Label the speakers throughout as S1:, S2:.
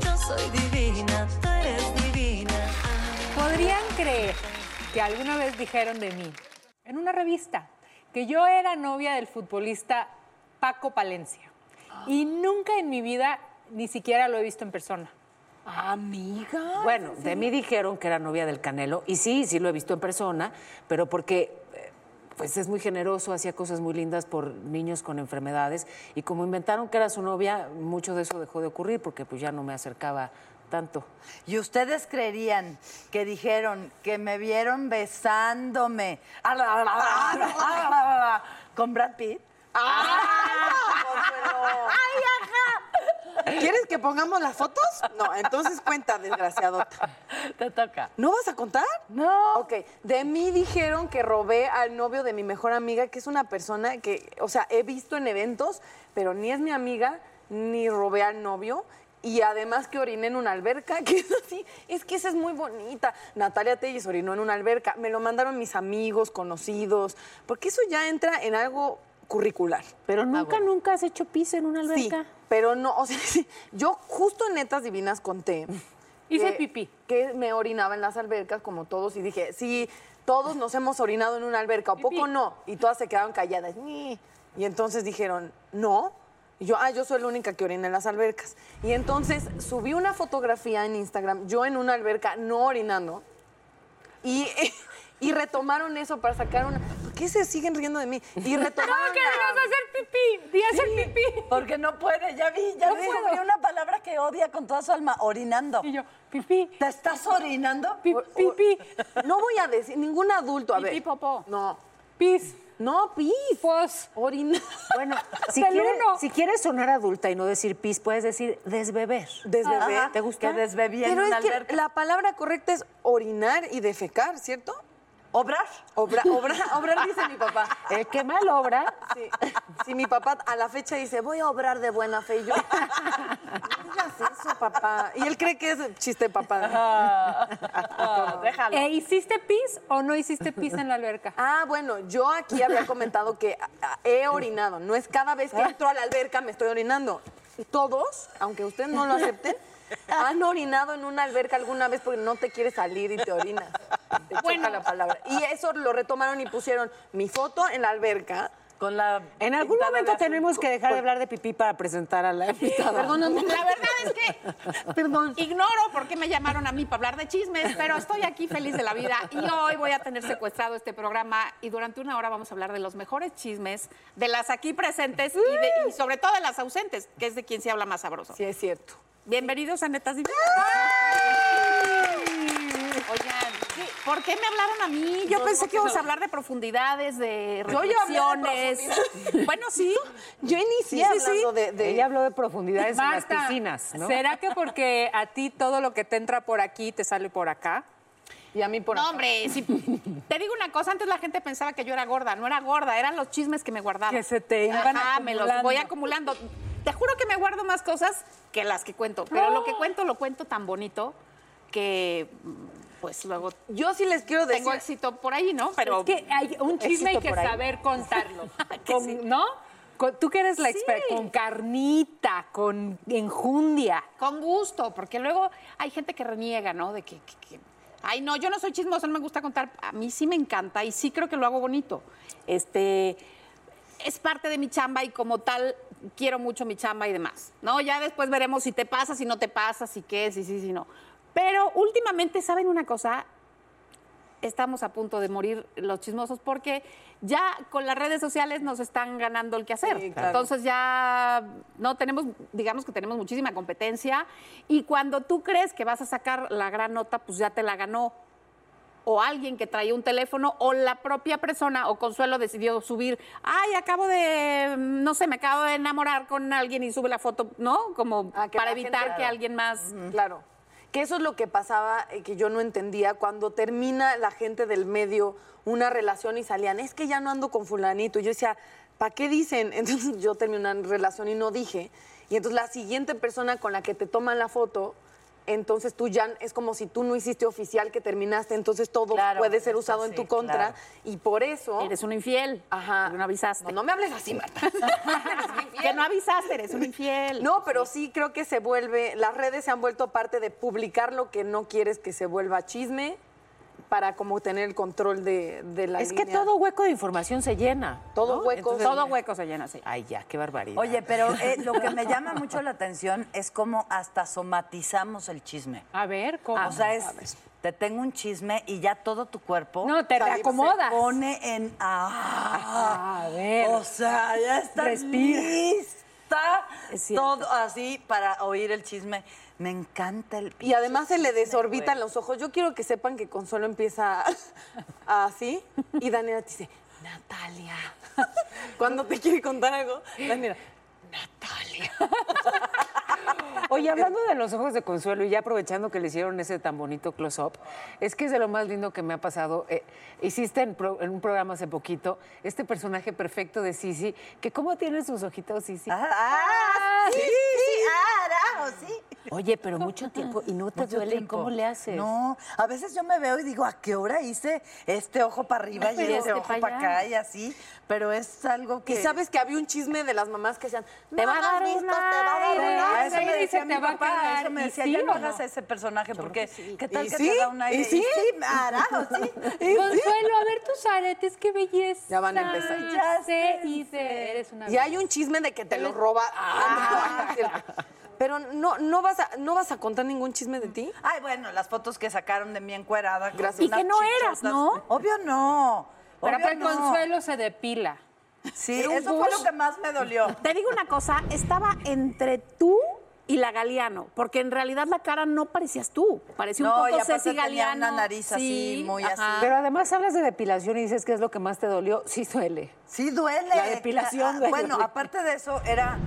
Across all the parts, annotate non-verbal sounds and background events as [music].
S1: Yo soy divina, tú eres divina.
S2: ¿Podrían creer que alguna vez dijeron de mí, en una revista, que yo era novia del futbolista Paco Palencia? Y nunca en mi vida ni siquiera lo he visto en persona.
S3: Amiga.
S4: Bueno, de mí dijeron que era novia del Canelo, y sí, sí lo he visto en persona, pero porque eh, pues es muy generoso, hacía cosas muy lindas por niños con enfermedades, y como inventaron que era su novia, mucho de eso dejó de ocurrir, porque pues ya no me acercaba tanto.
S3: ¿Y ustedes creerían que dijeron que me vieron besándome
S4: Ah,
S3: con Brad Pitt?
S4: Ah,
S5: ¿Quieres que pongamos las fotos? No, entonces cuenta, desgraciadota.
S4: Te toca.
S5: ¿No vas a contar?
S3: No.
S5: Ok, de mí dijeron que robé al novio de mi mejor amiga, que es una persona que, o sea, he visto en eventos, pero ni es mi amiga, ni robé al novio. Y además que oriné en una alberca, [laughs] que es así, es que esa es muy bonita. Natalia Telles orinó en una alberca, me lo mandaron mis amigos, conocidos, porque eso ya entra en algo curricular. Ah,
S4: Pero nunca, nunca has hecho pis en una
S5: Sí, pero no, o sea, [laughs] sí, yo justo en Netas Divinas conté.
S2: Hice
S5: que-
S2: pipí.
S5: Que me orinaba en las albercas como todos y dije, sí, todos nos hemos orinado en una alberca, ¿o poco no? Y todas se quedaron calladas. "Ni". Y entonces dijeron, no. Y yo, ah, yo soy la única que orina en las albercas. Y entonces subí una fotografía en Instagram, yo en una alberca no orinando, y, [laughs] y retomaron eso para sacar una... ¿Por qué se siguen riendo
S2: [laughs]
S5: de mí? Y
S4: Ah,
S5: retomaron...
S2: que
S5: la-
S2: vengas a hacer pipí! ¡Di a hacer pipí!
S3: Porque no puede, ya vi, ya
S2: No
S3: descubrí
S2: puedo.
S3: una palabra que odia con toda su alma, orinando.
S2: Y yo, pipí,
S3: ¿Te estás orinando?
S2: pipí, pipí,
S5: No voy a decir, ningún adulto, a ver.
S2: Pipí, popó.
S5: No.
S2: pis,
S5: No, pis.
S2: pos.
S5: Orina. [laughs]
S4: Bueno, si
S2: Del
S4: quieres,
S2: uno.
S4: si quieres sonar adulta y no decir pis, puedes decir desbeber.
S5: Desbebé.
S4: Ajá. ¿Te gusta?
S3: Que desbebí en
S5: Pero
S3: una
S5: es que
S3: alberca.
S5: la palabra correcta es orinar y defecar, ¿cierto?
S3: ¿Obrar?
S5: Obra, obra- obrar dice mi
S3: [laughs]
S5: papá.
S4: El que mal obra. [laughs]
S5: Sí. Sí, mi papá a la fecha dice, voy a obrar de buena fe. Y yo, [laughs] no digas eso, papá. Y él cree que es chiste, papá.
S4: ah,
S3: déjalo.
S2: Eh, ¿Hiciste pis o no hiciste pis en la alberca?
S5: Ah, bueno, yo aquí había comentado que ah, ah, he orinado. No es cada vez que entro a la alberca me estoy orinando. Todos, aunque ustedes no lo acepten, han orinado en una alberca alguna vez porque no te quieres salir y te orinas. Te choca la palabra. Y eso lo retomaron y pusieron mi foto en la alberca.
S3: Con la
S4: En algún
S3: pintada de
S4: momento
S3: azul.
S4: tenemos que dejar de hablar de pipí para presentar a la invitada.
S5: Perdóname.
S6: La verdad
S4: [laughs]
S6: es que
S5: Perdón.
S6: ignoro por qué me llamaron a mí para hablar de chismes, pero estoy aquí feliz de la vida y hoy voy a tener secuestrado este programa y durante una hora vamos a hablar de los mejores chismes de las aquí presentes y, de- y sobre todo de las ausentes, que es de quien se habla más sabroso.
S5: Sí, es cierto.
S6: Bienvenidos a Netas Divinas. Oigan, ¿qué- ¿por qué me hablaron a mí? Yo pensé que íbamos a hablar de profundidades, de
S5: Yo ya hablé de
S6: reflexiones. bueno, sí.
S5: Yo inicié hablando de, de-
S4: Ella habló de profundidades en
S2: Basta.
S4: las piscinas, ¿no?
S2: ¿Será que porque a ti todo lo que te entra por aquí te sale por acá?
S5: Y a mí por
S6: No,
S5: acá.
S6: hombre, si- te digo una cosa, antes la gente pensaba que yo era gorda, no era gorda, eran los chismes que me guardaba.
S2: Que se te iban
S6: Ajá, me los voy
S2: acumulando.
S6: acumulando. Te juro que me guardo más cosas que las que cuento, pero lo que
S2: Ah.
S6: cuento lo cuento tan bonito que pues luego
S5: Yo sí les quiero decir.
S6: tengo éxito por ahí, ¿no? Pero
S2: Pues es que hay un chisme hay
S6: éxito
S2: que
S6: por ahí.
S2: saber
S4: [laughs]
S2: contarlo.
S4: Ah,
S6: Que
S2: Con-
S6: sí.
S2: ¿No? Con- tú que eres la experta,
S6: Sí.
S2: con carnita, con enjundia.
S6: Con gusto, porque luego hay gente que reniega, ¿no? De que, que- que, ay, no, yo no soy chismosa, no me gusta contar. A mí sí me encanta y sí creo que lo hago bonito. Este es parte de mi chamba y como tal quiero mucho mi chamba y demás. No, ya después veremos si te pasa, si no te pasa, si qué, si sí, si no. Pero últimamente, ¿saben una cosa? Estamos a punto de morir los chismosos porque ya con las redes sociales nos están ganando el quehacer.
S5: Sí, claro.
S6: Entonces ya no tenemos, digamos que tenemos muchísima competencia y cuando tú crees que vas a sacar la gran nota, pues ya te la ganó o alguien que traía un teléfono o la propia persona o Consuelo decidió subir, ay, acabo de, mm, no sé, me acabo de enamorar con alguien y sube la foto, ¿no? Como
S5: Ah, que
S6: para
S5: la gente-
S6: evitar que
S5: Claro.
S6: alguien más...
S5: Claro. Que eso es lo que pasaba, eh, que yo no entendía, cuando termina la gente del medio una relación y salían, es que ya no ando con fulanito. Y yo decía, ¿para qué dicen? [laughs] Entonces yo terminé una relación y no dije. Y entonces la siguiente persona con la que te toman la foto, entonces tú ya, es como si tú no hiciste oficial que terminaste, entonces todo
S3: Claro,
S5: puede ser
S3: eso
S5: usado en
S3: sí,
S5: tu contra.
S3: claro.
S5: Y por eso...
S6: Eres un infiel.
S5: Ajá.
S6: porque No avisaste.
S5: No, no me [laughs] hables así,
S6: [laughs]
S5: Marta.
S6: que no avisaste, eres un infiel.
S5: No, pero sí creo que se vuelve, las redes se han vuelto parte de publicar lo que no quieres que se vuelva chisme para como tener el control de, de la
S4: Es que
S5: línea.
S4: todo hueco de información se llena.
S5: Todo
S4: ¿no?
S5: hueco.
S4: Entonces-
S6: Todo hueco se llena así.
S4: Ay, ya, qué barbaridad.
S3: Oye, pero eh, lo que me llama mucho la atención es cómo hasta somatizamos el chisme.
S2: A ver, ¿cómo?
S3: o sea, es, te tengo un chisme y ya todo tu cuerpo
S2: No, te
S5: Saliva se
S2: reacomodas.
S3: se pone en... Ah,
S2: A ver.
S3: O sea, ya está
S2: Respira.
S3: lista
S2: Es cierto.
S3: todo así para oír el chisme. Me encanta el...
S5: Y además se le desorbitan los ojos. Yo quiero que sepan que Consuelo empieza [laughs] así y Daniela te dice, Natalia. Cuando te quiere contar algo, Daniela, Natalia.
S4: [laughs] Oye, hablando de los ojos de Consuelo y ya aprovechando que le hicieron ese tan bonito close-up, es que es de lo más lindo que me ha pasado. Eh, hiciste en, pro- en un programa hace poquito este personaje perfecto de Sisi, que cómo tiene sus ojitos Sisi.
S3: Ah, ah, sí, sí, ah, arajo, sí.
S4: Oye, pero mucho tiempo y no te
S3: Mucho
S4: duele.
S3: tiempo.
S4: ¿Cómo le haces? [laughs]
S3: No, a veces yo me veo y digo, ¿a qué hora hice este ojo para arriba y
S6: pero
S3: este
S6: este
S3: ojo
S6: pa'
S3: para
S6: allá.
S3: acá y así? Pero es algo que...
S5: Y sabes que había un chisme de las mamás que decían,
S6: Te va a
S5: "No
S6: dar
S5: hagas
S6: un
S5: vistas, te va a dar
S2: aire".
S5: un
S3: Ah,
S5: aire".
S3: eso me
S2: Ahí
S3: decía
S2: se
S3: mi
S2: te va a
S3: papá,
S2: quedar,
S3: eso me
S2: ¿y
S3: decía,
S2: sí
S3: ya
S2: o
S3: no
S2: no?
S3: hagas a ese personaje porque qué tal
S5: ¿Y
S3: que
S5: sí?
S3: te da un aire.
S5: ¿Y sí? [laughs]
S3: arajo, [laughs] sí.
S2: Consuelo, a ver tus aretes, qué belleza.
S5: Ya van a empezar.
S2: Ya sé, y sé, eres una
S5: Y hay un chisme de que te lo roba. Ah, no, es cierto. Pero no, no vas a, no vas a contar ningún chisme de ti.
S3: Ay, bueno, las fotos que sacaron de mí encuerada. con
S5: Gracias.
S3: unas
S5: Y que
S6: no eras,
S3: chichotas.
S6: ¿no?
S3: Obvio no.
S2: Pero
S3: obvio
S2: aparte,
S3: no.
S2: Consuelo se depila.
S3: Sí,
S2: era un
S3: eso fue
S2: bush.
S3: lo que más me dolió.
S6: Te digo una cosa, estaba entre tú y la Galeano, porque en realidad la cara no parecías tú, parecía
S3: No,
S6: un
S3: y
S6: poco
S3: aparte
S6: Ceci
S3: tenía
S6: Galeano.
S3: una nariz así, muy así.
S4: Pero además hablas de depilación y dices que es lo que más te dolió. Sí duele.
S3: Sí, duele.
S4: La depilación
S3: Ah,
S4: duele.
S3: Bueno, aparte de eso, era.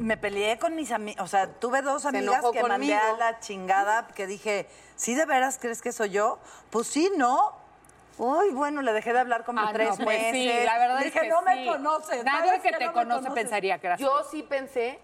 S3: Me peleé con mis amigas. O sea, tuve dos amigas
S5: enojó
S3: que mandé
S5: conmigo.
S3: a la chingada que dije, ¿sí de veras crees que soy yo? Pues sí, no. Uy, bueno, le dejé de hablar como
S2: Ah,
S3: tres
S2: no, pues
S3: meses.
S2: sí, la verdad
S3: dije,
S2: es que
S3: no me
S2: sí.
S3: conoces.
S2: Nadie
S3: sabes
S2: que te
S3: no me
S2: conoce
S3: conoces".
S2: pensaría que eras
S5: Yo sí pensé,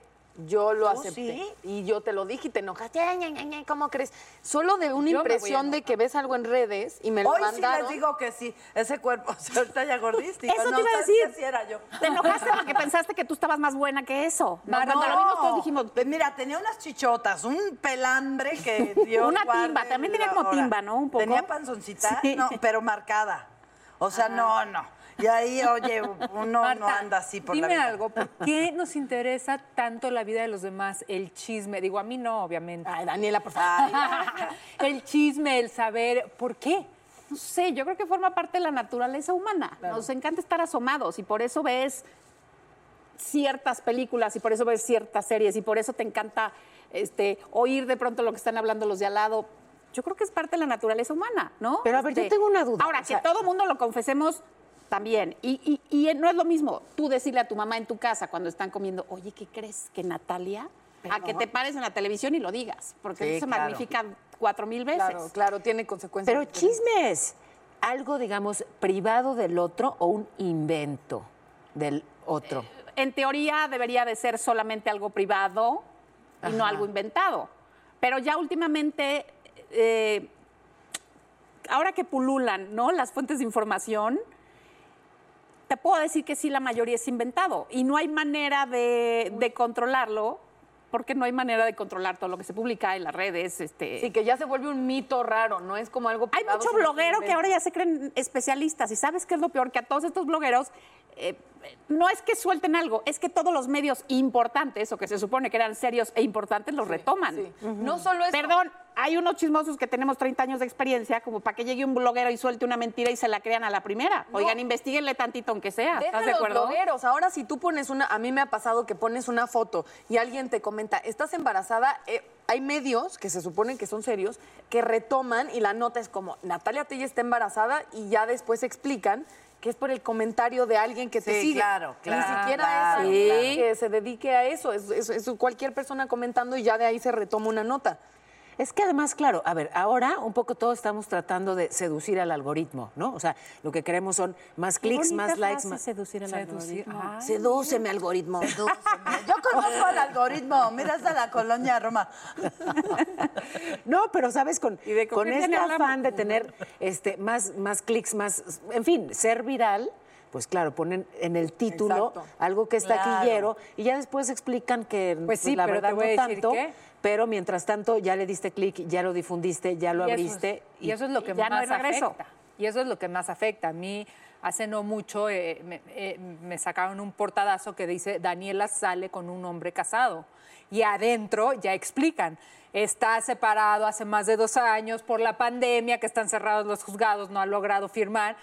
S5: yo lo
S3: ¿Tú
S5: acepté.
S3: sí?
S5: Y yo te lo dije y te enojaste. Ay, ay, ay, ay, ¿Cómo crees? Solo de una
S2: Yo me voy a
S5: impresión de que ves algo en redes y me lo
S3: Hoy sí
S5: mandaron.
S3: les digo que sí. Ese cuerpo, [laughs] o sea, ahorita ya gordística.
S6: Eso
S3: no,
S6: te iba a
S3: ¿sabes
S6: decir.
S3: qué? Sí era yo.
S6: Te enojaste
S3: [laughs]
S6: porque pensaste que tú estabas más buena que eso.
S3: No,
S6: No, cuando lo vimos todos dijimos,
S3: pues mira, tenía unas chichotas, un pelambre
S6: [laughs]
S3: que dio.
S6: Una timba, también tenía como timba, ¿no? Un poco.
S3: Tenía panzoncita,
S6: Sí.
S3: no, pero marcada. O sea, no, no. Y ahí, oye, uno no
S2: Marta,
S3: anda así por
S2: dime
S3: la vida.
S2: algo, ¿por qué nos interesa tanto la vida de los demás, el chisme? Digo, a mí no, obviamente.
S5: Ay, Daniela,
S3: [laughs]
S5: por favor.
S2: el chisme, el saber, ¿por qué?
S6: no sé, yo creo que forma parte de la naturaleza humana. Nos encanta estar asomados y por eso ves ciertas películas y por eso ves ciertas series y por eso te encanta este, oír de pronto lo que están hablando los de al lado. Yo creo que es parte de la naturaleza humana, ¿no? Este,
S4: Pero, a ver, yo tengo una duda,
S6: Ahora,
S4: o sea-
S6: que todo mundo lo confesemos también. Y, y- y no es lo mismo tú decirle a tu mamá en tu casa cuando están comiendo, oye, ¿qué crees que Natalia? a que te pares en la televisión y lo digas, porque
S3: Sí,
S6: eso se
S3: claro.
S6: magnifica cuatro mil veces.
S5: Claro, claro, tiene consecuencias.
S4: Pero chisme es algo, digamos, privado del otro o un invento del otro.
S6: en teoría debería de ser solamente algo privado y no algo inventado. Pero ya últimamente, eh, ahora que pululan ¿no? las fuentes de información, te puedo decir que sí, la mayoría es inventado y no hay manera de, de controlarlo porque no hay manera de controlar todo lo que se publica en las redes. Este,
S5: Sí, que ya se vuelve un mito raro, no es como algo
S6: hay
S2: este
S5: privado,
S6: mucho
S5: sino un
S6: bloguero que
S5: invento.
S6: ahora ya se creen especialistas y sabes qué es lo peor que a todos estos blogueros eh, no es que suelten algo, es que todos los medios importantes o que se supone que eran serios e importantes los retoman.
S7: No solo es.
S6: Perdón, hay unos chismosos que tenemos 30 años de experiencia, como para que llegue un bloguero y suelte una mentira y se la crean a la primera. Oigan, investiguenle tantito aunque
S7: Deja
S6: sea. [laughs] ¿Estás de
S7: los
S6: acuerdo?
S5: blogueros. Ahora si tú pones una, a mí me ha pasado que pones una foto y alguien te comenta, estás embarazada, eh, hay medios que se suponen que son serios que retoman y la nota es como, Natalia Tella está embarazada y ya después explican que es por el comentario de alguien que te
S3: Sí,
S5: sigue.
S3: claro, claro,
S5: Ni siquiera
S3: claro,
S5: es alguien
S4: claro.
S5: que se dedique a eso, es, es- es cualquier persona comentando y ya de ahí se retoma una nota.
S4: Es que además, claro, a ver, ahora un poco todos estamos tratando de seducir al algoritmo, ¿no? O sea, lo que queremos son más clics, más likes, más.
S2: Seducir al algoritmo.
S4: Sedúceme,
S3: [laughs]
S4: algoritmo.
S3: Yo conozco al algoritmo, miras a la colonia Roma.
S4: No, pero sabes, con,
S6: Y de
S4: con
S6: coger
S4: este
S6: ya hablamos.
S4: afán de tener este, más, más clics, más, en fin, ser viral, pues claro, ponen en el título
S5: Exacto.
S4: algo que es taquillero y ya después explican que
S2: Pues sí,
S4: la
S2: pero te
S4: verdad
S2: voy a
S4: no
S2: decir
S4: tanto,
S2: que-
S4: pero mientras tanto ya le diste clic, ya lo difundiste, ya lo
S2: Y eso es-
S4: abriste.
S2: Y eso es lo que
S6: ya no hay
S2: más
S6: regreso.
S2: afecta. Y eso es lo que más afecta. A mí, hace no mucho, eh, me, eh, me sacaron un portadazo que dice, Daniela sale con un hombre casado. Y adentro ya explican, está separado hace más de dos años por la pandemia, que están cerrados los juzgados, no ha logrado firmar.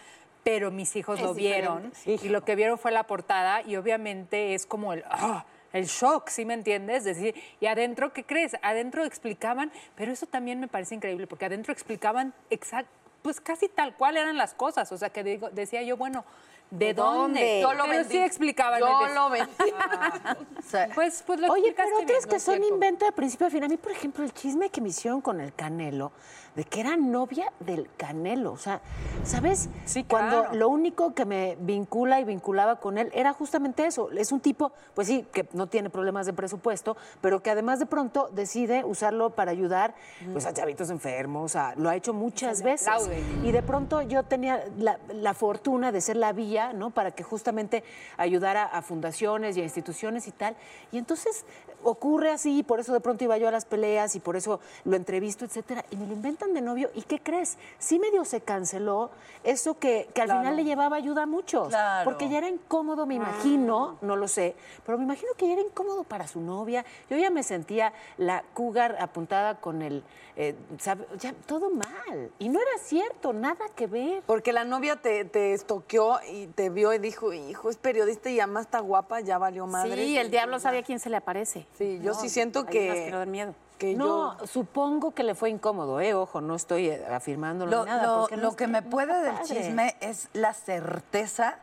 S2: Pero mis hijos lo vieron y lo que vieron fue la portada y obviamente es como el, "Ah", el shock, ¿sí me entiendes? Decir, y adentro, ¿qué crees? Adentro explicaban, pero eso también me parece increíble, porque adentro explicaban exact, pues casi tal cual eran las cosas. O sea, que digo- decía yo, bueno, ¿de dónde?
S5: Yo lo
S2: pero
S5: vendí.
S2: sí explicaban.
S5: Yo
S2: el de-
S5: lo
S6: [laughs]
S5: vendí. [laughs]
S2: Pues, pues lo
S4: Oye, pero
S2: explicaste
S4: otras
S2: bien,
S4: que
S2: ¿no es
S4: son
S2: cierto?
S4: invento de principio a fin. A mí, por ejemplo, el chisme que me hicieron con el Canelo, de que era novia del Canelo. O sea, ¿sabes?
S2: Sí,
S4: Cuando
S2: claro.
S4: lo único que me vincula y vinculaba con él era justamente eso. Es un tipo, pues sí, que no tiene problemas de presupuesto, pero que además de pronto decide usarlo para ayudar pues, a chavitos enfermos. a- lo ha hecho muchas veces.
S2: aplauden.
S4: Y de pronto yo tenía la, la fortuna de ser la vía, ¿no? Para que justamente ayudara a fundaciones y a instituciones y tal. Y entonces ocurre así, y por eso de pronto iba yo a las peleas y por eso lo entrevisto, etcétera. Y me lo inventan de novio. ¿Y qué crees? Sí medio se canceló eso que, que al final le llevaba ayuda a muchos.
S3: Claro.
S4: Porque ya era incómodo, me imagino, no lo sé, pero me imagino que ya era incómodo para su novia. Yo ya me sentía la cougar apuntada con el, eh, ¿sabe? ya todo mal. Y no era cierto, nada que ver.
S5: Porque la novia te, te estoqueó y te vio y dijo, hijo, es periodista y además está guapa, ya valió madre. pues
S6: Sí, el diablo sabe a quién se le aparece.
S5: Sí, yo sí siento
S6: Hay unas
S5: que,
S6: que no dan miedo.
S5: que
S4: No,
S5: yo...
S4: supongo que le fue incómodo, ¿eh? Ojo, no estoy eh, afirmándolo
S3: Lo,
S4: ni nada.
S3: lo-
S4: porque no
S3: lo
S4: es-
S3: que me
S4: no
S3: puede
S4: está
S3: del
S4: padre.
S3: chisme es la certeza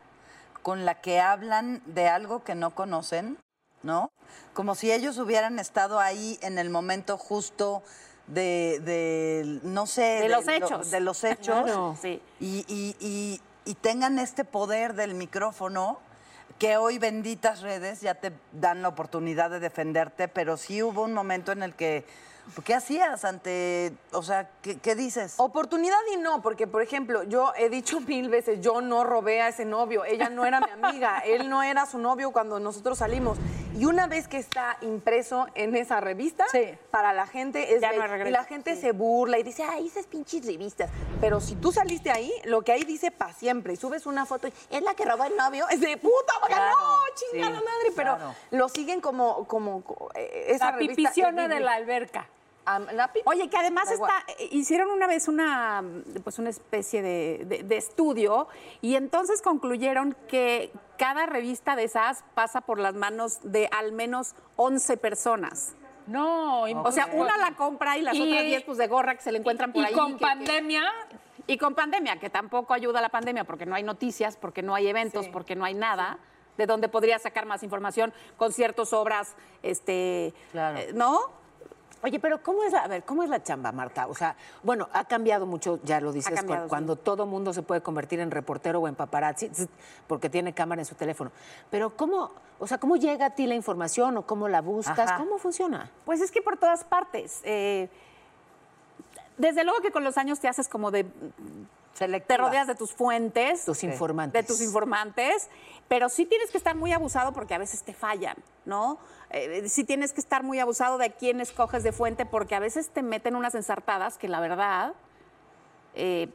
S3: con la que hablan de algo que no conocen, ¿no? Como si ellos hubieran estado ahí en el momento justo de, de, no sé...
S6: De los
S3: lo-
S6: hechos.
S3: de los hechos.
S6: Claro. Sí.
S3: Y, y- y- y tengan este poder del micrófono que hoy benditas redes ya te dan la oportunidad de defenderte, pero sí hubo un momento en el que... ¿Qué hacías ante...? O sea, ¿qué, qué dices?
S5: Oportunidad y no, porque por ejemplo, yo he dicho [laughs] mil veces, yo no robé a ese novio, ella no era mi amiga, él no era su novio cuando nosotros salimos. Y una vez que está impreso en esa revista,
S2: Sí.
S5: para la gente es
S6: Ya no
S5: ley.
S6: hay regreso,
S5: y la gente se burla y dice, ay, esas pinches revistas. Pero si tú saliste ahí, lo que ahí dice para siempre, y subes una foto, y es la que robó el novio, es de puta, oiga,
S3: Claro,
S5: no, chingada
S3: sí,
S5: madre, pero
S3: claro.
S5: lo siguen como, como, co- eh, esa
S2: La
S5: revista es
S2: pipiciona de
S5: bíblica.
S2: la alberca.
S5: Am- la pipi-
S6: Oye, que además
S5: Da igual.
S6: está, eh, hicieron una vez una, mm, pues una especie de, de- de estudio y entonces concluyeron que cada revista de esas pasa por las manos de al menos 11 personas.
S2: No,
S6: O sea, una la compra y las
S2: Y-
S6: otras 10 pues de gorra que se le encuentran por
S2: Y
S6: ahí.
S2: con
S6: que- que-
S2: pandemia...
S6: y con pandemia, que tampoco ayuda a la pandemia porque no hay noticias, porque no hay eventos, porque no hay nada de donde podría sacar más información, conciertos, obras, este, eh, ¿no?
S4: Oye, pero ¿cómo es la, a ver, cómo es la chamba, Marta? O sea, bueno, ha cambiado mucho, ya lo dices, cu-
S6: cambiado, sí.
S4: cuando todo mundo se puede convertir en reportero o en paparazzi, tss, porque tiene cámara en su teléfono. Pero ¿cómo, o sea, cómo llega a ti la información o cómo la buscas?
S3: Ajá.
S4: ¿Cómo funciona?
S6: Pues es que por todas partes. eh, desde luego que con los años te haces como de. Te rodeas de tus fuentes.
S4: Tus
S6: De
S4: informantes.
S6: tus informantes. Pero sí tienes que estar muy abusado porque a veces te fallan, ¿no? Eh, sí tienes que estar muy abusado de quién escoges de fuente porque a veces te meten unas ensartadas que la verdad. eh,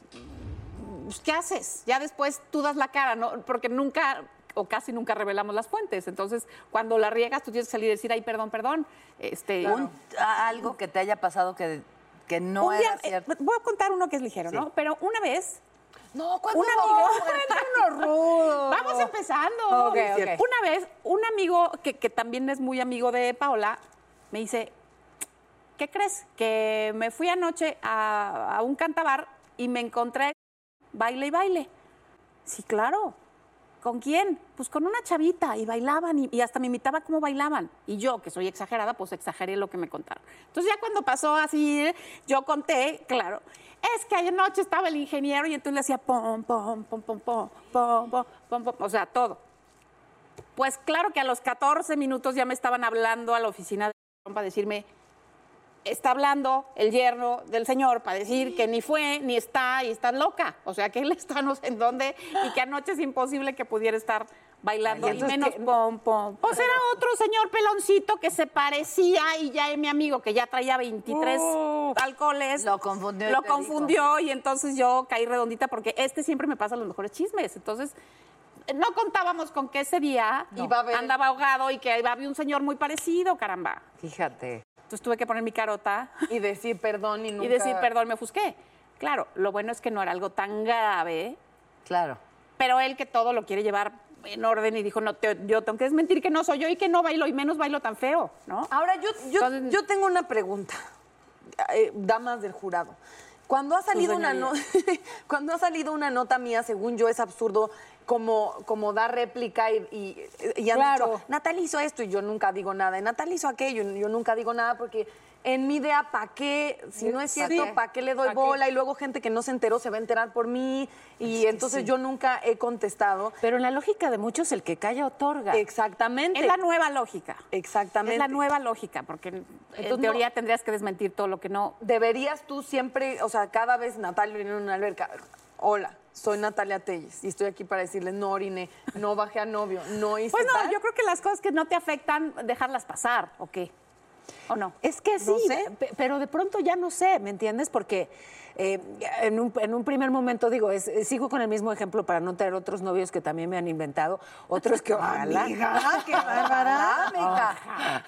S6: pues, ¿Qué haces? Ya después tú das la cara, ¿no? Porque nunca. o casi nunca revelamos las fuentes. Entonces, cuando la riegas, tú tienes que salir y decir, ay, perdón, perdón. Este,
S3: Un- a- algo que te haya pasado que, que no
S6: un día-
S3: era cierto.
S6: eh, voy a contar uno que es ligero,
S3: Sí.
S6: ¿no? Pero una vez
S5: No, em-
S6: un
S5: [laughs]
S6: amigo.
S3: Oh.
S6: Vamos empezando.
S5: Ok, ok.
S6: Una vez, un amigo que, que también es muy amigo de Paola me dice: ¿Qué crees? Que me fui anoche a, a un cantabar y me encontré baile y baile. Sí, claro. ¿Con quién? Pues con una chavita y bailaban y, y hasta me imitaba cómo bailaban. Y yo, que soy exagerada, pues exageré lo que me contaron. Entonces ya cuando pasó así, yo conté, claro, es que anoche estaba el ingeniero y entonces le hacía pom, pom, pom, pom, pom, pom, pom, pom, pom, o sea, todo. Pues claro que a los 14 minutos ya me estaban hablando a la oficina de para decirme, está hablando el yerno del señor para decir que ni fue, ni está, y estás loca. O sea, que él está no sé en dónde y que anoche es imposible que pudiera estar bailando.
S4: Ay,
S6: y
S4: entonces,
S6: menos
S4: ¿qué?
S6: pom, pom. Pues era otro señor peloncito que se parecía y ya mi amigo que ya traía 23 alcoholes.
S3: Lo confundió y
S6: Lo
S3: te dijo.
S6: confundió y entonces yo caí redondita porque este siempre me pasa los mejores chismes. Entonces... No contábamos con que ese día
S5: Iba a haber-
S6: andaba ahogado y que iba a haber un señor muy parecido, caramba.
S4: Fíjate.
S6: Entonces tuve que poner mi carota [laughs]
S5: Y decir perdón y nunca...
S6: y decir, perdón, me ofusqué. Claro, lo bueno es que no era algo tan grave,
S3: Claro.
S6: pero él que todo lo quiere llevar en orden y dijo, no, te- yo tengo que desmentir que no soy yo y que no bailo y menos bailo tan feo, ¿no?
S5: Ahora, yo, yo,
S6: Entonces-
S5: yo tengo una pregunta, eh, damas del jurado. Cuando ha salido una no- [laughs] cuando ha salido una nota mía, según yo, es absurdo como, como dar réplica y, y, y han
S6: Claro.
S5: dicho, Natal hizo esto y yo nunca digo nada, y Natal hizo aquello y yo nunca digo nada porque en mi idea, ¿para qué? Si no es cierto, ¿para qué le doy bola? Y luego gente que no se enteró se va a enterar por mí y entonces yo nunca he contestado.
S4: Pero en la lógica de muchos, el que calla otorga.
S5: Exactamente.
S6: Es la nueva lógica.
S5: Exactamente.
S6: Es la nueva lógica, porque en-
S5: Entonces,
S6: en teoría tendrías que desmentir todo lo que no.
S5: deberías tú siempre, o sea, cada vez Natalia viene a una alberca. Hola, soy Natalia Telles y estoy aquí para decirles no oriné, no bajé a novio, no hice
S6: Pues no,
S5: tal.
S6: yo creo que las cosas que no te afectan, dejarlas pasar, ¿o qué? ¿O no?
S4: Es que sí,
S5: No sé.
S4: pe- pero de pronto ya no sé, ¿me entiendes? Porque eh, en, un, en un primer momento digo, es- eh, sigo con el mismo ejemplo para no tener otros novios que también me han inventado, otros que ojalá. [laughs] Ah,
S3: Amiga, qué bárbara, amiga.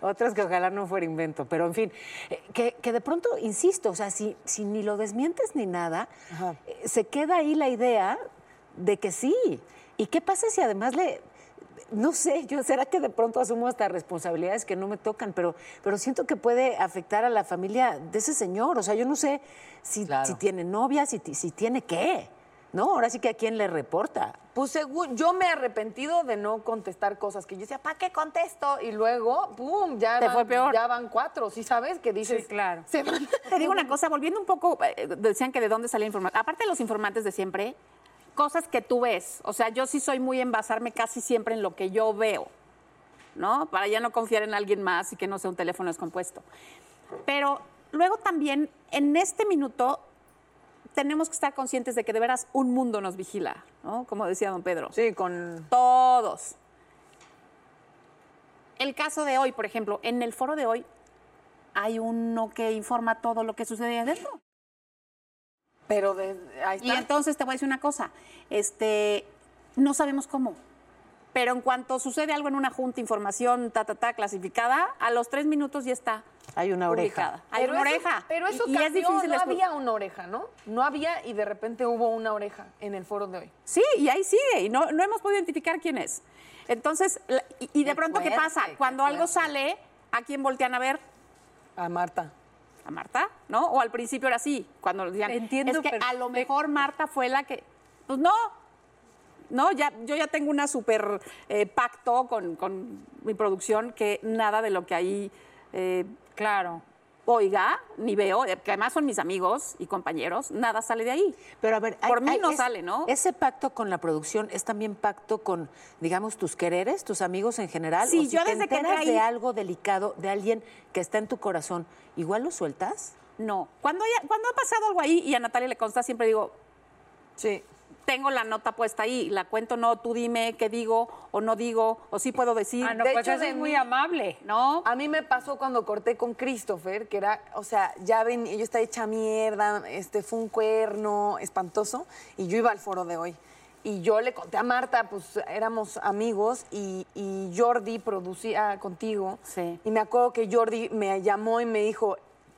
S4: otros que ojalá no fuera invento, pero en fin, eh, que, que de pronto, insisto, o sea, si, si ni lo desmientes ni nada, eh, se queda ahí la idea de que sí. ¿Y qué pasa si además le... No sé, yo será que de pronto asumo hasta responsabilidades que no me tocan, pero, pero siento que puede afectar a la familia de ese señor. O sea, yo no sé si,
S3: Claro.
S4: si tiene novia, si, ti- si tiene qué. No, ahora sí que a quién le reporta.
S5: Pues según, yo me he arrepentido de no contestar cosas que yo decía, ¿para qué contesto? Y luego, ¡pum! Ya,
S6: Te
S5: van,
S6: fue peor.
S5: ya van cuatro, ¿sí sabes? Que dices.
S4: Sí, claro.
S5: se van-
S6: [laughs] Te digo una cosa, volviendo un poco, eh, decían que de dónde salía información. Aparte de los informantes de siempre, cosas que tú ves. O sea, yo sí soy muy en basarme casi siempre en lo que yo veo, ¿no? Para ya no confiar en alguien más y que no sea un teléfono descompuesto. Pero luego también, en este minuto, tenemos que estar conscientes de que de veras un mundo nos vigila, ¿no? Como decía don Pedro.
S5: Sí, con.
S6: Todos. El caso de hoy, por ejemplo, en el foro de hoy hay uno que informa todo lo que sucede adentro.
S5: Pero de, ahí
S6: Y
S5: está.
S6: entonces te voy a decir una cosa, este, no sabemos cómo, pero en cuanto sucede algo en una junta, información, ta, ta, ta, clasificada, a los tres minutos ya está
S4: Hay una oreja.
S6: publicada. Hay
S5: pero
S6: una
S5: eso-
S6: oreja.
S5: Pero eso
S6: y, y
S5: cambió,
S6: es difícil
S5: no
S6: escu-
S5: había una oreja, ¿no? No había y de repente hubo una oreja en el foro de hoy.
S6: Sí, y ahí sigue, y no, no hemos podido identificar quién es. Entonces, la- y, y de pronto, ¿qué
S3: fuerte,
S6: pasa?
S3: qué
S6: Cuando algo sale, ¿a quién voltean a ver?
S5: A Marta.
S6: a Marta, ¿no? O al principio era así, cuando le decían,
S2: Entiendo
S6: es que a
S2: perfecto.
S6: lo mejor Marta fue la que, pues no, no, ya, yo ya tengo una super eh, pacto con, con mi producción que nada de lo que ahí claro. oiga, ni veo, eh, que además son mis amigos y compañeros, nada sale de ahí.
S4: Pero a ver, hay-
S6: por mí
S4: hay-
S6: no
S4: es-
S6: sale, ¿no?
S4: Ese pacto con la producción es también pacto con, digamos, tus quereres, tus amigos en general.
S6: Sí,
S4: o
S6: yo
S4: te
S6: desde que
S4: enteras
S6: entré
S4: de
S6: ahí-
S4: algo delicado, de alguien que está en tu corazón, igual lo sueltas.
S6: No. Cuando, haya- cuando ha pasado algo ahí y a Natalia le consta, siempre digo,
S5: Sí.
S6: tengo la nota puesta ahí, la cuento, no, tú dime qué digo o no digo, o sí puedo decir.
S2: Ah, no,
S5: De
S2: pues
S5: hecho,
S2: eso
S5: de
S2: es muy
S5: mí-
S2: amable.
S6: No.
S5: A mí me pasó cuando corté con Christopher, que era, o sea, ya ven, yo estaba hecha mierda, este, fue un cuerno espantoso, y yo iba al foro de hoy. Y yo le conté a Marta, pues éramos amigos y, y Jordi producía contigo.
S6: Sí.
S5: Y me acuerdo que Jordi me llamó y me dijo,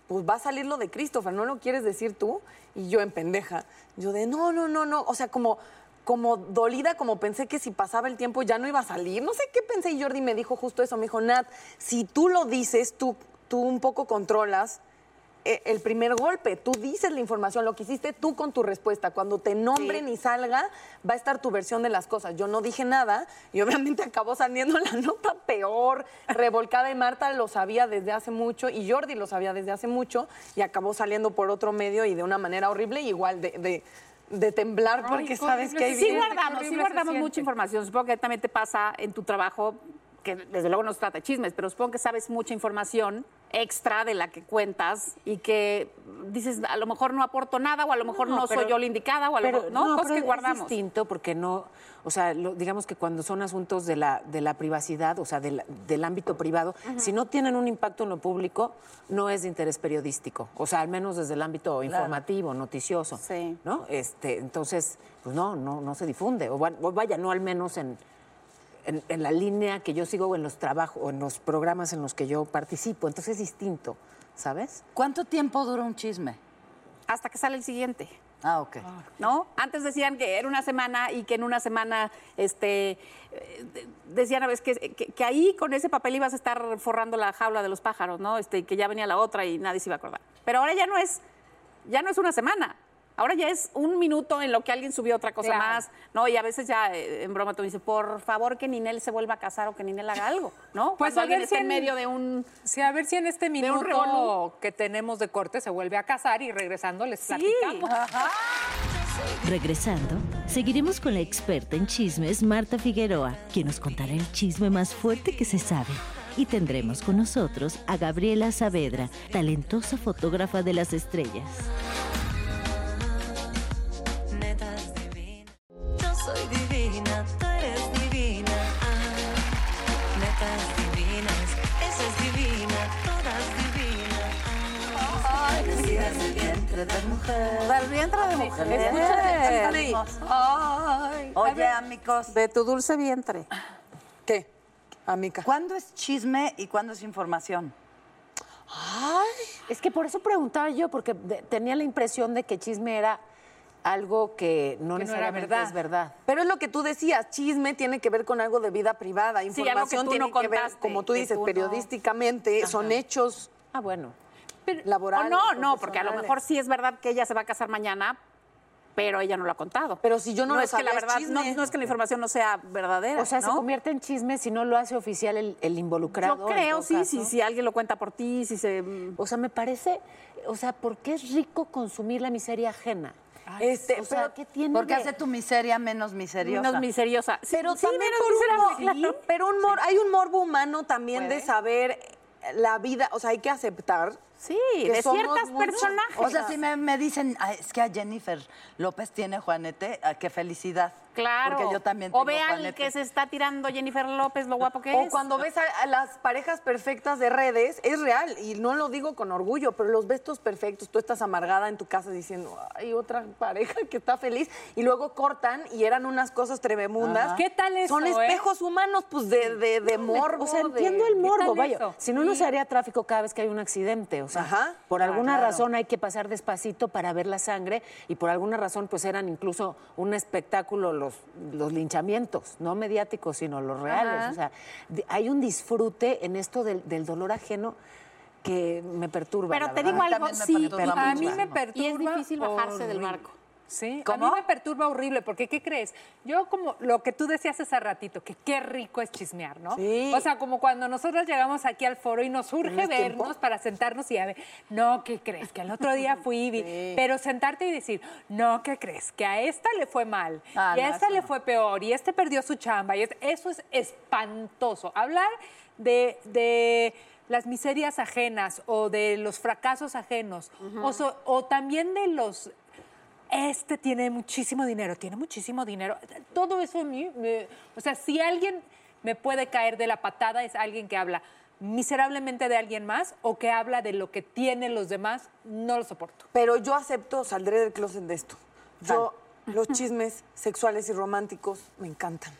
S5: pues va a salir lo de Christopher, ¿no lo quieres decir tú? Y yo en pendeja, yo de no, no, no, no, o sea, como, como dolida, como pensé que si pasaba el tiempo ya no iba a salir, no sé qué pensé y Jordi me dijo justo eso, me dijo, Nat, si tú lo dices, tú, tú un poco controlas eh, el primer golpe, tú dices la información, lo que hiciste tú con tu respuesta, cuando te nombren y salga, va a estar tu versión de las cosas. Yo no dije nada y obviamente [laughs] acabó saliendo la nota peor, revolcada y Marta lo sabía desde hace mucho y Jordi lo sabía desde hace mucho y acabó saliendo por otro medio y de una manera horrible, igual de, de- de temblar porque
S2: qué
S5: sabes que
S2: horrible
S5: hay
S2: se
S6: Sí
S2: Qué
S6: guardamos, sí
S2: horrible
S6: guardamos
S2: se
S6: mucha
S2: siente.
S6: información. Supongo que también te pasa en tu trabajo, que desde luego no se trata de chismes, pero supongo que sabes mucha información extra de la que cuentas y que dices, a lo mejor no aporto nada o a lo mejor no, soy
S4: pero-
S6: yo la indicada o a lo
S4: pero- pues
S6: mejor no, cosas
S4: pero
S6: que guardamos.
S4: Es distinto porque no, o sea, lo- digamos que cuando son asuntos de la, de la privacidad, o sea, del, del ámbito privado, si no tienen un impacto en lo público, no es de interés periodístico, o sea, al menos desde el ámbito informativo, noticioso,
S6: Sí.
S4: ¿no? Este, entonces, pues no, no, no se difunde, o, va- o vaya, no al menos en, en, en la línea que yo sigo o en los trabajos o en los programas en los que yo participo, entonces es distinto, ¿sabes?
S3: ¿Cuánto tiempo dura un chisme?
S6: Hasta que sale el siguiente.
S3: Ah, ok.
S6: ¿No? Antes decían que era una semana y que en una semana este, eh, de- decían a veces que, que- que ahí con ese papel ibas a estar forrando la jaula de los pájaros, ¿no? Este, y que ya venía la otra y nadie se iba a acordar. Pero ahora ya no es, ya no es una semana. Ahora ya es un minuto en lo que alguien subió otra cosa
S2: Claro.
S6: más, ¿no? Y a veces ya eh, en broma tú dices, por favor que Ninel se vuelva a casar o que Ninel haga algo, ¿no?
S2: Pues
S6: Cuando
S2: a ver
S6: alguien
S2: si
S6: está en
S2: en-
S6: medio de un
S2: Sí, a ver si en este
S6: un revolú.
S2: minuto que tenemos de corte se vuelve a casar y regresando les platicamos.
S7: Regresando, seguiremos con la experta en chismes, Marta Figueroa, quien nos contará el chisme más fuerte que se sabe. Y tendremos con nosotros a Gabriela Saavedra, talentosa fotógrafa de las estrellas.
S1: Netas divinas. Yo soy divina, tú eres divina. Ah, netas divinas, esa es divina, todas divinas.
S5: Del vientre de mujer. Ay,
S3: Oye, amigos,
S5: de tu dulce vientre. ¿Qué? Amica.
S3: ¿cuándo es chisme y cuándo es información?
S4: Es que por eso preguntaba yo, porque de- tenía la impresión de que chisme era algo que no
S2: Que no era
S4: necesariamente
S2: verdad.
S4: es verdad.
S5: Pero es lo que tú decías, chisme tiene que ver con algo de vida privada,
S6: algo que
S5: información
S6: tú
S5: tiene
S6: no
S5: que ver,
S6: contaste,
S5: como tú
S6: que
S5: dices,
S6: tú no-
S5: periodísticamente, Eh, son hechos
S4: Ah, bueno.
S5: laborales.
S6: o no, no, porque a lo mejor
S5: profesionales.
S6: sí es verdad que ella se va a casar mañana, pero ella no lo ha contado.
S5: Pero si yo no lo
S6: es que la
S5: sabía, es
S6: verdad, no,
S5: chisme.
S6: no es que la información no sea verdadera.
S4: O sea, se
S6: ¿no?
S4: convierte en chisme si no lo hace oficial el, el involucrado.
S6: Yo
S4: en
S6: creo,
S4: todo
S6: sí,
S4: caso.
S6: sí, si alguien lo cuenta por ti, si se. mm,
S4: O sea, me parece, o sea, ¿por qué es rico consumir la miseria ajena?
S5: Este,
S4: o sea,
S5: pero-
S4: ¿qué tiene
S3: Porque
S4: de-
S3: hace tu miseria menos miseriosa.
S6: Menos miseriosa. Sí,
S5: Pero
S6: sí,
S5: también
S6: menos
S5: por un
S6: miserable,
S5: mor-
S6: claro.
S5: sí, pero un mor- hay un morbo humano también de saber la vida, o sea, hay que aceptar.
S6: Sí,
S5: que
S6: de
S5: somos
S6: ciertas
S5: muy-
S6: personajes.
S3: O sea, si me, me dicen, "Ay, es que a Jennifer López tiene Juanete, ah, qué felicidad.
S6: Claro.
S3: Porque yo también tengo
S6: o vean el
S3: Juanete.
S6: que se está tirando Jennifer López, lo guapo que
S5: O
S6: es.
S5: cuando ves a, a las parejas perfectas de redes, es real, y no lo digo con orgullo, pero los ves todos perfectos, tú estás amargada en tu casa diciendo, hay otra pareja que está feliz, y luego cortan y eran unas cosas trememundas.
S2: Ajá. ¿Qué tal eso,
S5: Son
S2: eh?
S5: espejos humanos, pues, de, de, de morbo.
S4: O sea,
S5: de-
S4: entiendo el
S5: ¿Qué
S4: morbo,
S5: tal
S4: vaya.
S5: eso?
S4: Si no, no se haría tráfico cada vez que hay un accidente. O sea,
S5: Ajá.
S4: por
S5: Ah,
S4: alguna
S5: claro.
S4: razón hay que pasar despacito para ver la sangre y por alguna razón pues eran incluso un espectáculo los, los linchamientos, no mediáticos, sino los reales. O sea, de- hay un disfrute en esto del, del dolor ajeno que me perturba.
S6: Pero
S5: Ah,
S4: la
S6: te
S4: verdad.
S6: digo algo,
S3: también me
S6: sí,
S3: perturba
S6: pero-
S3: mucho.
S2: A mí me perturba.
S6: Y es difícil bajarse del
S2: horrible.
S6: barco.
S2: Sí, a
S3: ¿Cómo?
S2: mí me perturba horrible, porque ¿qué crees? Yo como lo que tú decías hace ratito, que qué rico es chismear, ¿no?
S5: Sí.
S2: O sea, como cuando nosotros llegamos aquí al foro y nos surge
S5: ¿Tienes
S2: vernos
S5: tiempo?
S2: para sentarnos y a ver, no, ¿qué crees? Que el otro
S3: [laughs]
S2: día fui, y vi. pero sentarte y decir, no, ¿qué crees? Que a esta le fue mal,
S3: Ah,
S2: y a
S3: no,
S2: esta
S3: eso
S2: le
S3: no.
S2: fue peor, y este perdió su chamba, y es- eso es espantoso. Hablar de... de las miserias ajenas o de los fracasos ajenos o so- o también de los este tiene muchísimo dinero, tiene muchísimo dinero. Todo eso a mí, me- o sea, si alguien me puede caer de la patada es alguien que habla miserablemente de alguien más o que habla de lo que tienen los demás, no lo soporto.
S5: Pero yo acepto, saldré del closet de esto. Yo Los chismes sexuales y románticos me encantan.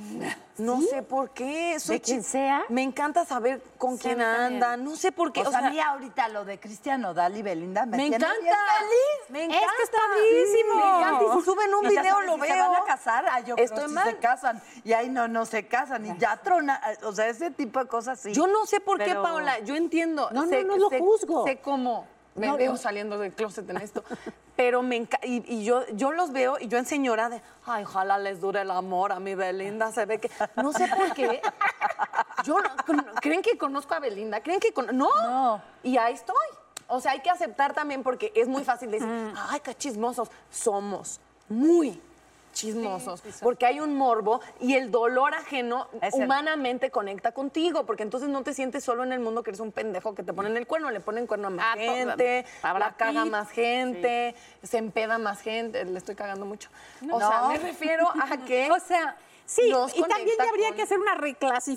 S5: No sé por qué. soy
S4: ¿De quién
S5: chi-
S4: sea?
S5: Me encanta saber con quién anda. No sé por qué.
S3: O sea, a mí ahorita lo de Cristiano Dal y Belinda me,
S5: me
S3: tiene
S5: encanta.
S3: bien feliz.
S5: Me
S6: que
S5: encanta.
S6: es padrísimo.
S5: Me encanta. Y si suben un
S3: Y ya
S5: video,
S3: sabes,
S5: lo
S3: si
S5: veo.
S3: Se van a casar, ay, yo creo
S5: Estoy
S3: si
S5: mal.
S3: se casan. Y ahí no, no se casan. Y ya trona. O sea, ese tipo de cosas sí.
S5: Yo no sé por qué,
S3: Pero-
S5: Paola. Yo entiendo.
S4: No, no,
S5: Sé-
S4: no lo
S5: sé-
S4: juzgo.
S5: Sé cómo me
S4: No,
S5: veo
S4: no.
S5: saliendo del closet en esto. Pero me encanta. Y, y yo, yo los veo y yo en señora de. Ay, ojalá les dure el amor a mi Belinda. Se ve que. No sé por qué. Yo no- con- ¿Creen que conozco a Belinda? ¿Creen que con- no? Y ahí estoy. O sea, hay que aceptar también porque es muy fácil decir,
S4: Mm.
S5: ay, qué chismosos. Somos muy chismosos porque hay un morbo y el dolor ajeno
S3: Es el-
S5: humanamente conecta contigo porque entonces no te sientes solo en el mundo que eres un pendejo que te ponen el cuerno le ponen cuerno a más
S6: Ah, to-
S5: gente
S6: a Brad
S5: la caga
S6: Pitt.
S5: más gente se empeda más gente le estoy cagando mucho o sea
S3: No.
S5: me refiero a que
S6: O sea, sí,
S5: nos
S6: y también
S5: conecta
S6: ya habría
S5: con-
S6: que hacer una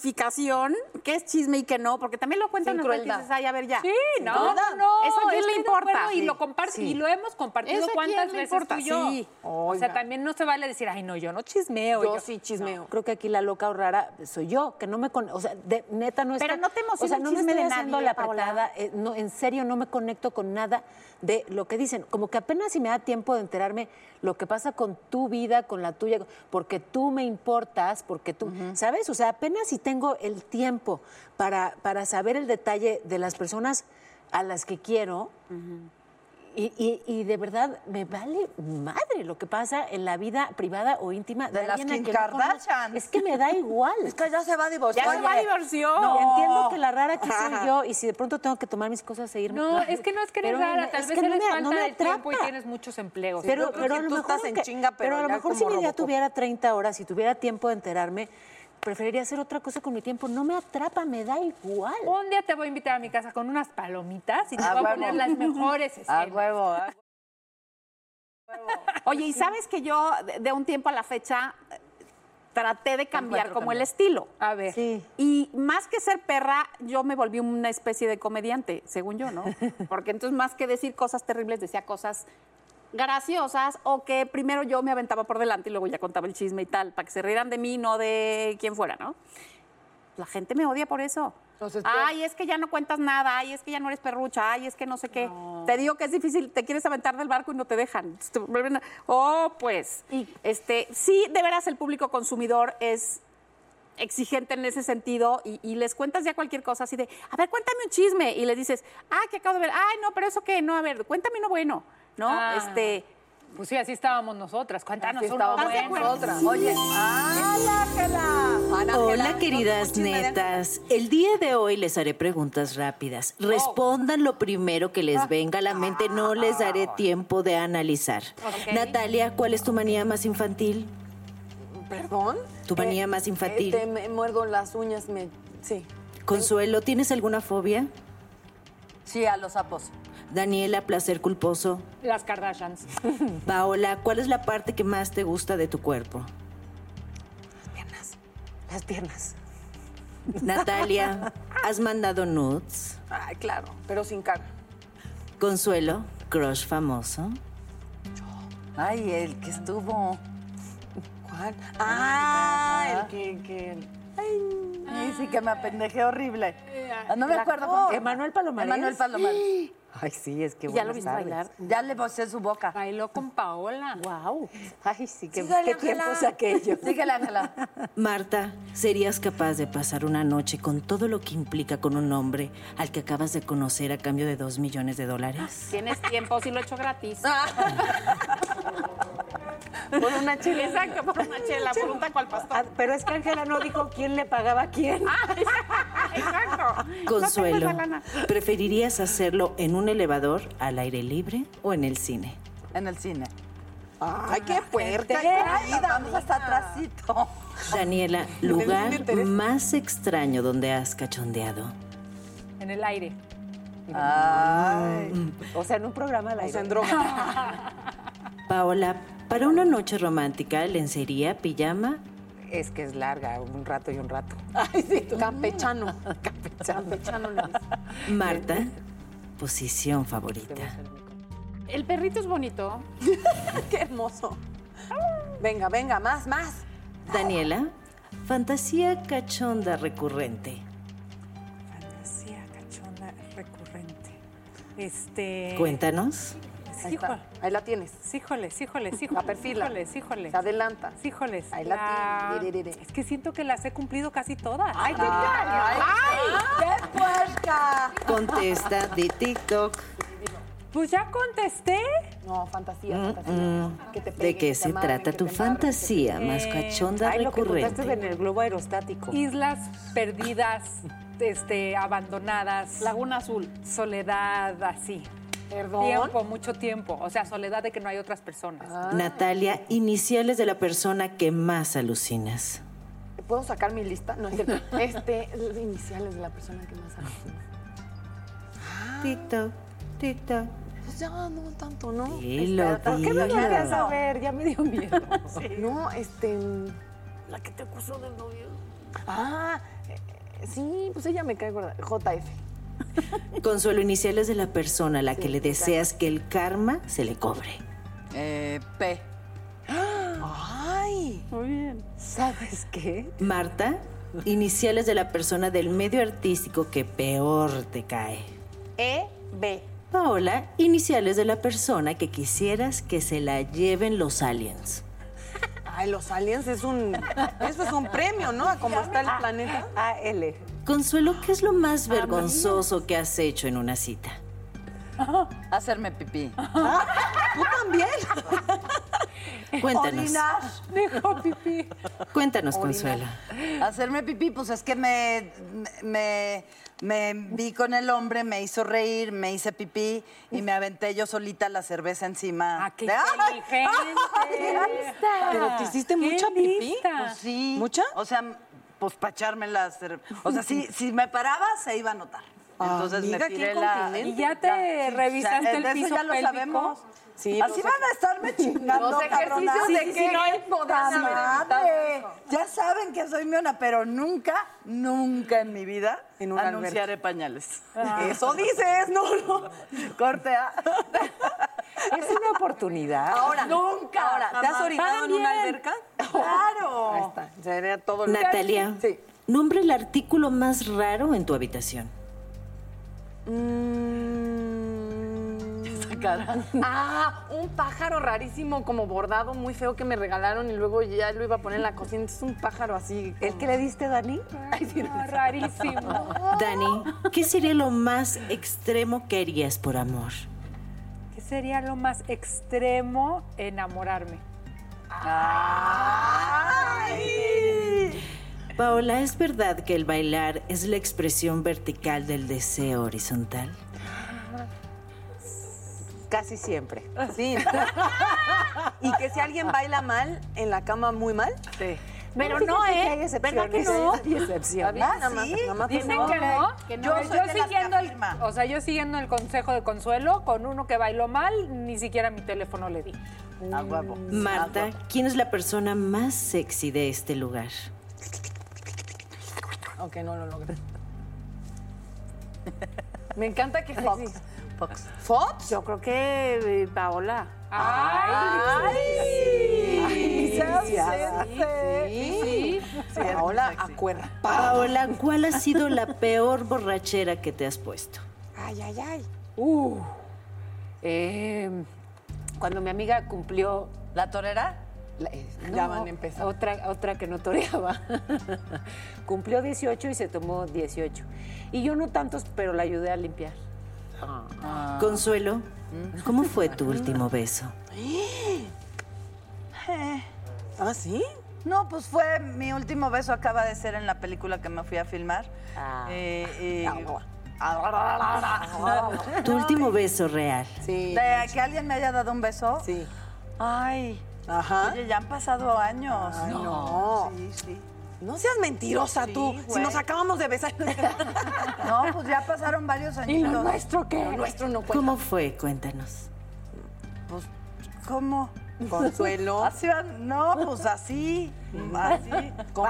S6: reclasificación, qué es chisme y qué no, porque también lo cuentan
S5: Sin
S6: los
S5: crueldad.
S6: dices, ay, a ver ya.
S2: Sí, no,
S6: Ah, Sin
S2: no,
S6: crueldad.
S2: no.
S6: Eso a quién
S2: estoy
S6: le
S2: de
S6: importa.
S2: acuerdo Y lo, comparte,
S4: sí.
S2: y lo hemos compartido
S6: Eso a
S2: cuántas
S6: quién le
S2: veces
S6: importa,
S2: tú y yo.
S6: sí.
S2: O sea, también no se vale decir, ay, no, yo no chismeo.
S5: yo sí chismeo
S4: Creo que aquí la loca o rara soy yo, que no me con, o sea, de- neta no
S6: Pero
S4: estoy-
S6: no te emociona
S4: o sea,
S6: el
S4: no me
S6: chisme
S4: estoy
S6: de
S4: haciendo
S6: nadie,
S4: la
S6: Paola.
S4: apretada, eh, no en serio no me conecto con nada de lo que dicen, como que apenas si me da tiempo de enterarme lo que pasa con tu vida, con la tuya, porque tú me importas, porque tú, ¿sabes? O sea, apenas si tengo el tiempo para para saber el detalle de las personas a las que quiero, y, y- y de verdad me vale madre lo que pasa en la vida privada o íntima de,
S3: De las
S4: alguien a
S3: Kim
S4: quien no conozco.
S3: Kardashian.
S4: Es que me da igual.
S5: es que ya se va a divorciar
S6: Ya se va a
S5: Oye,
S6: divorció.
S4: No, Entiendo que la rara que soy
S5: [laughs]
S4: yo y si de pronto tengo que tomar mis cosas e irme.
S2: No, es que no es que eres
S4: Pero
S2: rara,
S4: me-
S2: tal
S4: es
S2: vez
S4: que no
S2: eres
S4: me-
S2: falta
S4: no me
S2: de tiempo y
S4: atrapa.
S2: tienes muchos empleos.
S4: pero,
S5: yo creo
S4: pero
S5: que
S4: a lo
S5: tú
S4: mejor
S5: estás en
S4: aunque-
S5: chinga, pero
S4: a lo
S5: ya
S4: mejor si
S5: como
S4: mi día
S5: Robocop.
S4: tuviera 30 horas y tuviera tiempo de enterarme, preferiría hacer otra cosa con mi tiempo. No me atrapa, me da igual.
S2: Un día te voy a invitar a mi casa con unas palomitas y te
S3: A
S2: voy a
S3: huevo.
S2: poner las mejores
S3: A
S2: escenas.
S3: huevo. a huevo.
S6: Oye, y sabes que yo de, de un tiempo a la fecha eh, traté de cambiar como el estilo.
S2: A ver.
S6: Y más que ser perra, yo me volví una especie de comediante, según yo, ¿no?
S2: [laughs]
S6: Porque entonces más que decir cosas terribles, decía cosas graciosas o que primero yo me aventaba por delante y luego ya contaba el chisme y tal, para que se rieran de mí, no de quien fuera, ¿no? La gente me odia por eso.
S5: Entonces, tú-
S6: ay, es que ya no cuentas nada, ay, es que ya no eres perrucha, ay, es que no sé qué. Te digo que es difícil, te quieres aventar del barco y no te dejan. Entonces, te vuelven a- Oh, pues. Este, sí, de veras el público consumidor es exigente en ese sentido y, y les cuentas ya cualquier cosa así de, a ver, cuéntame un chisme y les dices, ah, que acabo de ver, ay, no, pero eso qué, no, a ver, cuéntame uno bueno, ¿no?
S2: Ah.
S6: Este,
S2: Pues sí, así estábamos nosotras. Cuéntanos
S5: Así
S2: uno
S5: estábamos
S2: bueno.
S5: nosotras.
S3: Oye, ¡ah, la
S5: Ana Gelar,
S8: Hola
S5: ¿no?
S8: queridas
S5: Un chisme de-
S8: netas, el día de hoy les haré preguntas rápidas.
S5: Oh.
S8: Respondan lo primero que
S5: Ah.
S8: les venga a la mente, no les daré tiempo de analizar. Natalia, ¿cuál es tu manía más infantil?
S5: Perdón.
S8: Tu manía más infantil.
S5: este, me muerdo las uñas, me. Sí.
S8: Consuelo, ¿tienes alguna fobia?
S3: Sí, a los sapos.
S8: Daniela, placer culposo.
S2: Las Kardashians.
S8: [laughs] Paola, ¿cuál es la parte que más te gusta de tu cuerpo?
S5: Piernas. Las piernas.
S8: Natalia, ¿has mandado nudes?
S5: Ay, claro. Pero sin cara.
S8: Consuelo, crush famoso.
S3: Ay, el que estuvo.
S5: ¿Cuál? Ah, el que. que...
S3: Ay, sí, que me apendejé horrible. Ah, No me acuerdo. con quién.
S4: Emanuel Palomares.
S3: Emanuel Palomares.
S4: Ay, sí, es que
S6: ya lo viste bailar.
S3: Ya le bocé su boca.
S2: Bailó con Paola.
S4: Wow. Ay, sí, que,
S3: Sígale,
S4: qué
S3: Ángela.
S4: tiempos
S2: [laughs]
S4: aquellos.
S3: Síguele, Ángela.
S8: Marta, ¿serías capaz de pasar una noche con todo lo que implica con un hombre al que acabas de conocer a cambio de dos millones de dólares?
S6: Tienes tiempo, si lo he hecho gratis. [laughs]
S4: Por una chela.
S6: Exacto, por una chela, por un taco al
S4: Ah,
S6: pastor.
S4: Pero es que Ángela no dijo quién le pagaba a quién.
S6: Ah, [laughs] Exacto. No tengo
S8: Consuelo,
S6: esa lana.
S8: ¿preferirías hacerlo en un elevador, al aire libre o en el cine?
S3: En el cine.
S5: Ay, qué puerta.
S3: Ay, nos vamos hasta atrásito.
S8: Daniela,
S5: cine,
S8: lugar
S5: Teresa.
S8: más extraño donde has cachondeado.
S2: En el aire.
S3: Ay.
S4: O sea, en un programa al
S5: O
S4: aire.
S5: sea, en droga.
S8: Paola, para una noche romántica, lencería, pijama,
S4: Es que es larga, un rato y un rato.
S5: [laughs] Ay, sí, tú. [laughs] Campechano.
S4: Campechano no
S8: Marta, posición favorita.
S4: [laughs]
S6: El perrito es bonito.
S5: Qué hermoso. Venga, venga, más, más.
S8: Daniela, fantasía cachonda recurrente.
S2: Fantasía cachonda recurrente. Este.
S8: Cuéntanos.
S5: Ahí, está. Ahí la tienes.
S2: Híjoles, híjoles, híjoles.
S5: La perfila.
S2: Híjoles, híjoles.
S5: Se adelanta.
S2: Híjoles.
S5: Ahí la
S2: la-
S5: tiene. Irerere.
S2: Es que siento que las he cumplido casi todas.
S5: ¡Ay, qué tal! ¡Ay! ¡Qué puerca!
S8: Contesta de TikTok.
S2: Pues ya contesté.
S5: No, fantasía, fantasía. Que te
S8: ¿De
S5: peguen, que
S8: qué
S5: te
S8: se
S5: amarren,
S8: trata
S5: que
S8: tu
S5: te amarren, que te-
S8: fantasía más cachonda
S4: Ay, lo que
S8: recurrente?
S4: contaste en el globo aerostático.
S2: Islas perdidas, este, abandonadas.
S6: Laguna Azul.
S2: Soledad, así.
S5: Perdón.
S2: Tiempo, mucho tiempo. O sea, soledad de que no hay otras personas.
S6: Ah.
S8: Natalia, iniciales de la persona que más alucinas.
S5: ¿Puedo sacar mi lista? No, es [laughs] cierto. Este, los iniciales de la persona que más amo. Ah.
S8: TikTok, TikTok.
S5: Pues ya, no tanto, ¿no?
S8: Dilo,
S5: Espérate, ¿Por qué me
S8: dilo.
S5: quieres saber?
S4: ya me
S5: [laughs]
S4: dio miedo.
S5: No, este... La que te acusó del novio. Ah, eh, eh, sí, pues ella me cae gorda. JF.
S8: Consuelo, iniciales de la persona a la que le deseas que el karma se le cobre.
S3: Eh, P.
S5: ¡Ay! Muy bien. ¿Sabes qué?
S8: Marta, iniciales de la persona del medio artístico que peor te cae.
S6: E, B.
S8: Paola, iniciales de la persona que quisieras que se la lleven los aliens.
S5: Ay, los aliens es un... [laughs] Eso es un premio, ¿no? A cómo está el planeta.
S4: A L.
S8: Consuelo, ¿qué es lo más vergonzoso que has hecho en una cita?
S3: Hacerme pipí.
S5: ¿Tú también?
S8: [laughs] Cuéntanos,
S2: Dijo pipí.
S8: cuéntanos, Consuelo.
S3: Hacerme pipí, pues es que me, me, me vi con el hombre, me hizo reír, me hice pipí y me aventé yo solita la cerveza encima.
S2: Ah, qué
S3: De- ¡Ay!
S2: inteligente.
S3: [laughs] ¡Ay!
S9: Ah,
S5: ¿Pero te hiciste
S2: Qué
S5: mucha pipí?
S2: lista.
S3: Pues sí.
S5: ¿Mucha?
S3: O sea, pues para echarme la cerveza. O sea, si, si me paraba, se iba a notar. Entonces
S5: Amiga,
S3: me
S5: Ah, qué
S3: tiré la...
S5: incontinente.
S2: Y ya te revisaste el
S3: de eso
S2: piso
S3: ya lo
S2: pélvico. pues,
S3: sabemos.
S5: Sí,
S3: Así
S5: los
S3: van a
S2: [laughs]
S3: estarme chingando,
S5: Los
S3: cabronas.
S5: ejercicios de
S3: Sí,
S5: qué
S3: sí, no,
S5: podrás
S3: puta
S5: haber
S3: madre. Ya saben que soy miona, pero nunca, nunca en mi vida
S5: En una
S3: anunciaré pañales.
S2: Ah.
S5: Eso dices, no, no.
S3: Corte A.
S4: Es una oportunidad.
S5: Ahora.
S3: Nunca,
S5: Ahora, ¿te has
S3: jamás.
S5: orinado en una alberca?
S3: Claro.
S5: Ahí está. Sería todo lo
S8: Natalia,
S5: Sí.
S8: nombre el artículo más raro en tu habitación.
S5: Mm. Ah, un pájaro rarísimo, como bordado, muy feo que me regalaron y luego ya lo iba a poner en la cocina. Es un pájaro así.
S4: ¿El que le diste, Dani?
S2: Ah, rarísimo.
S8: Dani, ¿qué sería lo más extremo que harías por amor?
S2: ¿Qué sería lo más extremo? Enamorarme.
S8: Paola, ¿es verdad que el bailar es la expresión vertical del deseo horizontal?
S4: Casi siempre.
S5: Sí. [laughs] y que si alguien baila mal, en la cama muy mal.
S4: Sí.
S6: Pero no,
S4: Fíjate que
S6: ¿eh?
S4: hay excepciones.
S6: ¿Verdad que no?
S4: Hay excepciones.
S5: Ah, sí.
S2: Dicen que no.
S6: que no.
S2: Yo,
S3: Yo soy
S2: yo
S3: de las que
S2: siguiendo el, Oh.
S3: afirma.
S2: o sea, yo siguiendo el consejo de Consuelo, con uno que bailó mal, ni siquiera mi teléfono le di.
S3: A huevo.
S8: Marta, ¿quién es la persona más sexy de este lugar?
S5: Aunque no lo logré. Me encanta que Fox.
S3: Fox.
S5: ¿Fox?
S6: Yo creo que eh, Paola.
S5: ¡Ay!
S3: Sí,
S5: Sí, sí. Ahora acuerda.
S8: Paola, ¿cuál ha sido la peor borrachera que te has puesto?
S5: Ay, ay, ay.
S4: Uh. Eh, cuando mi amiga cumplió
S3: ¿La torera?
S4: La- eh,
S5: Ya van a empezar.
S4: Otra, otra que no toreaba. [laughs] Cumplió 18 y se tomó 18. Y yo no tantos, pero la ayudé a limpiar. Mm.
S8: Consuelo, ¿cómo fue tu último beso?
S5: ¿Ah, sí?
S3: No, pues fue mi último beso, acaba de ser en la película que me fui a filmar.
S5: Ah.
S3: Eh,
S5: [laughs]
S3: y- [laughs]
S8: Tu último beso real.
S5: Ah, Sí.
S3: De que alguien me haya dado un beso.
S5: Sí.
S3: Ay.
S5: Ajá.
S3: Oye, ya han pasado años.
S5: no.
S3: Sí, sí.
S5: No seas mentirosa tú.
S3: Sí,
S5: Si
S3: güey.
S5: nos acabamos de besar.
S3: [laughs] No, pues ya pasaron varios añitos.
S5: Lo nuestro no cuenta.
S8: ¿Cómo fue? Cuéntanos.
S3: Pues, ¿cómo? [laughs]
S5: Consuelo.
S3: Así van. No, pues así. Así.
S5: No.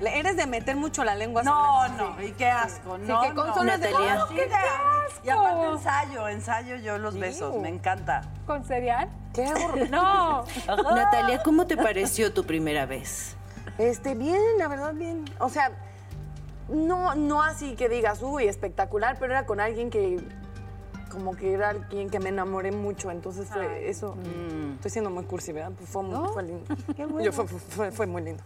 S5: Le- Eres de meter mucho la lengua.
S3: No,
S5: Samantha.
S3: no, y qué asco, no.
S5: que con
S3: no.
S5: zonas de- Natalia.
S3: No, qué asco. Y aparte ensayo, ensayo yo los besos, me encanta.
S2: ¿Con cereal?
S5: Qué horror.
S2: No.
S8: Natalia, ¿cómo te pareció tu primera vez?
S5: Este, bien, la verdad, bien. O sea, no, no así que digas, uy, espectacular, pero era con alguien que como que era alguien que me enamoré mucho, entonces fue eso.
S4: Mm.
S5: Estoy siendo muy cursi, ¿verdad? Pues fue, muy- fue
S4: [laughs]
S5: lindo. Yo fue, fue- fue muy lindo.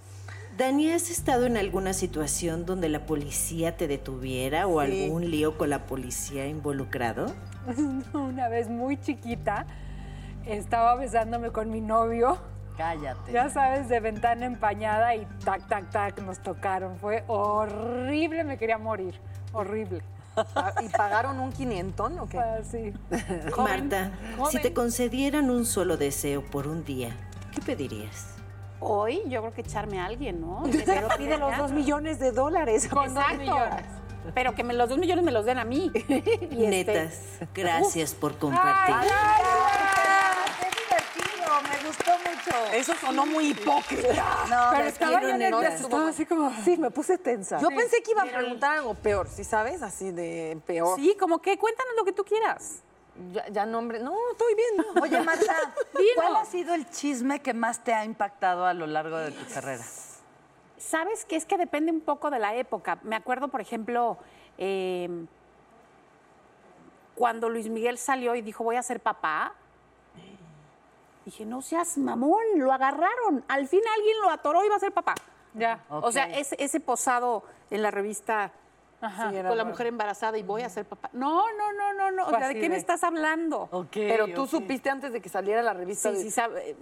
S8: Dani, ¿has estado en alguna situación donde la policía te detuviera o
S5: Sí.
S8: algún lío con la policía involucrado?
S2: [laughs] Una vez muy chiquita, estaba besándome con mi novio.
S3: Cállate.
S2: Ya sabes, de ventana empañada y tac, tac, tac, nos tocaron. Fue horrible, me quería morir.
S9: [laughs]
S2: Horrible. Ah,
S5: Ah, ¿Y pagaron un quinientón o qué?
S2: Así.
S8: Marta, si te concedieran un solo deseo por un día, ¿qué pedirías?
S6: Hoy yo creo que echarme a alguien, [laughs] ¿no? Pero pide los dos
S5: millones de dólares.
S6: Con dos millones. Pero que me, los dos millones me los den a mí. Y este,
S8: Netas,
S3: Eh,
S8: gracias por compartir.
S3: ¡Qué divertido! Me gustó mucho.
S5: Eso sonó muy hipócrita.
S3: No,
S2: Pero
S3: es que
S2: estaba
S3: no,
S2: bien
S3: no, no,
S2: nerviosa, estaba así como...
S5: Sí, me puse tensa. Yo pensé que iba a preguntar algo peor, ¿sí sabes? Así de peor.
S6: Sí, como que cuéntanos lo que tú quieras.
S5: Ya, ya nombre. No, estoy bien. [laughs] no.
S3: Oye, Marta,
S6: Dilo.
S3: ¿cuál ha sido el chisme que más te ha impactado a lo largo de tu carrera?
S6: Sabes que es que depende un poco de la época. Me acuerdo, por ejemplo, eh, cuando Luis Miguel salió y dijo voy a ser papá. Dije, no seas mamón, lo agarraron. Al fin alguien lo atoró y va a ser papá. [laughs]
S2: Ya.
S6: O sea, ese, ese posado en la revista
S2: Ajá.
S6: con la mujer embarazada y voy a ser papá. No, no, no, no, no. O
S2: Fue
S6: sea, ¿de
S2: así
S6: qué me
S2: de-
S6: estás hablando?
S5: Pero tú supiste antes de que saliera la revista.
S6: Sí,
S5: de-
S6: sí, sab- eh,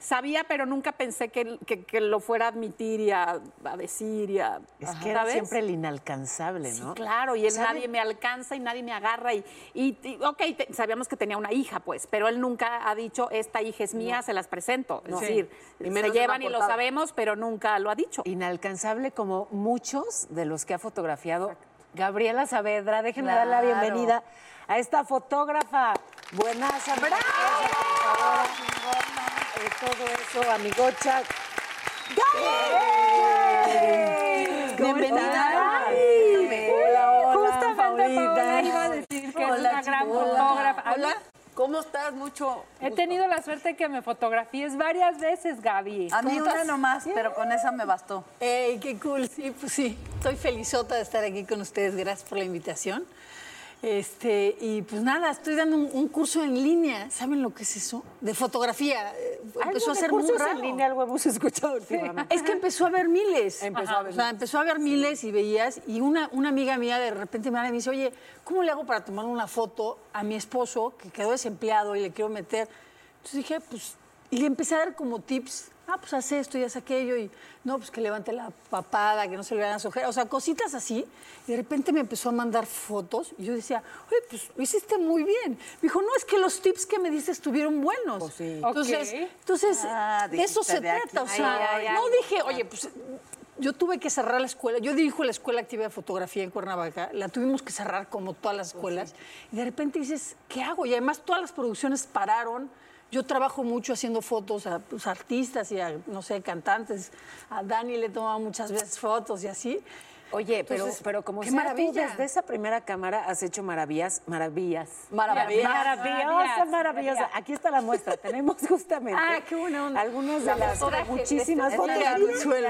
S6: sabía, pero nunca pensé que, que- que lo fuera a admitir y a, a decir y a...
S4: Es
S6: Ajá.
S4: que era
S6: ¿sabes?
S4: siempre el inalcanzable,
S6: Sí,
S4: ¿no?
S6: claro, y él nadie me alcanza y nadie me agarra. Y, y- y, ok, te- sabíamos que tenía una hija, pues, pero él nunca ha dicho, esta hija es mía, se las presento. Es decir,
S5: Y menos
S6: se
S5: en
S6: llevan
S5: una
S6: y lo
S5: portada.
S6: sabemos, pero nunca lo ha dicho.
S4: Inalcanzable como muchos de los que ha fotografiado Gabriela Saavedra. Déjenme dar la
S3: Claro.
S4: bienvenida a esta fotógrafa. Buenas, ¡Bravo! todo eso, amigocha.
S5: Bienvenida.
S4: Hola, hola,
S2: Justamente
S4: Paulita.
S2: Paola iba a decir que es una gran fotógrafa. A mí
S5: ¿Cómo estás? Mucho.
S2: He tenido la suerte que me fotografíes varias veces, Gaby.
S3: A mí una nomás, pero con esa me bastó.
S9: ¡Ey, qué cool! Sí, pues sí, estoy felizota de estar aquí con ustedes. Gracias por la invitación. Este, y pues nada, estoy dando un, un curso en línea. ¿Saben lo que es eso? De fotografía. Eh, Empezó a ser muy
S4: cursos
S9: raro.
S4: en línea algo hemos escuchado últimamente.
S9: Es que empezó a haber miles.
S5: Empezó a haber
S9: O sea, empezó a haber miles y veías. Y una, una amiga mía de repente me habla y me dice, oye, ¿cómo le hago para tomar una foto a mi esposo que quedó desempleado y le quiero meter? Entonces dije, pues, y le empecé a dar como tips. Ah, pues haz esto y haz aquello. Y no, pues que levante la papada, que no se le vean las ojeras. O sea, cositas así. Y de repente me empezó a mandar fotos. Y yo decía, oye, pues lo hiciste muy bien. Me dijo, no, es que los tips que me diste estuvieron buenos. Entonces,
S2: Ok.
S9: entonces
S3: Pues Ah,
S9: de eso
S3: dijiste,
S9: se
S3: de aquí
S9: trata. O
S3: soy.
S9: sea,
S3: Ay, ay,
S9: no
S3: ay.
S9: dije, oye, pues yo tuve que cerrar la escuela. Yo dirijo la Escuela Activa de Fotografía en Cuernavaca. La tuvimos que cerrar como todas las escuelas.
S4: Pues
S9: Y de repente dices, ¿qué hago? Y además todas las producciones pararon. Yo trabajo mucho haciendo fotos a pues, artistas y a, no sé, cantantes. A Dani le he tomado muchas veces fotos y así.
S4: Oye, pero,
S9: Entonces,
S4: pero como
S9: qué
S4: sea, tú
S9: maravilla.
S4: desde esa primera cámara has hecho maravillas, maravillas.
S5: Maravillas.
S4: Maravillosa, maravillosa. Aquí está
S9: [laughs]
S4: la muestra. Tenemos justamente
S9: Ah, qué buena onda.
S4: algunas de las muchísimas
S3: Esta
S4: fotos.
S3: era
S4: Mira,
S3: Consuelo.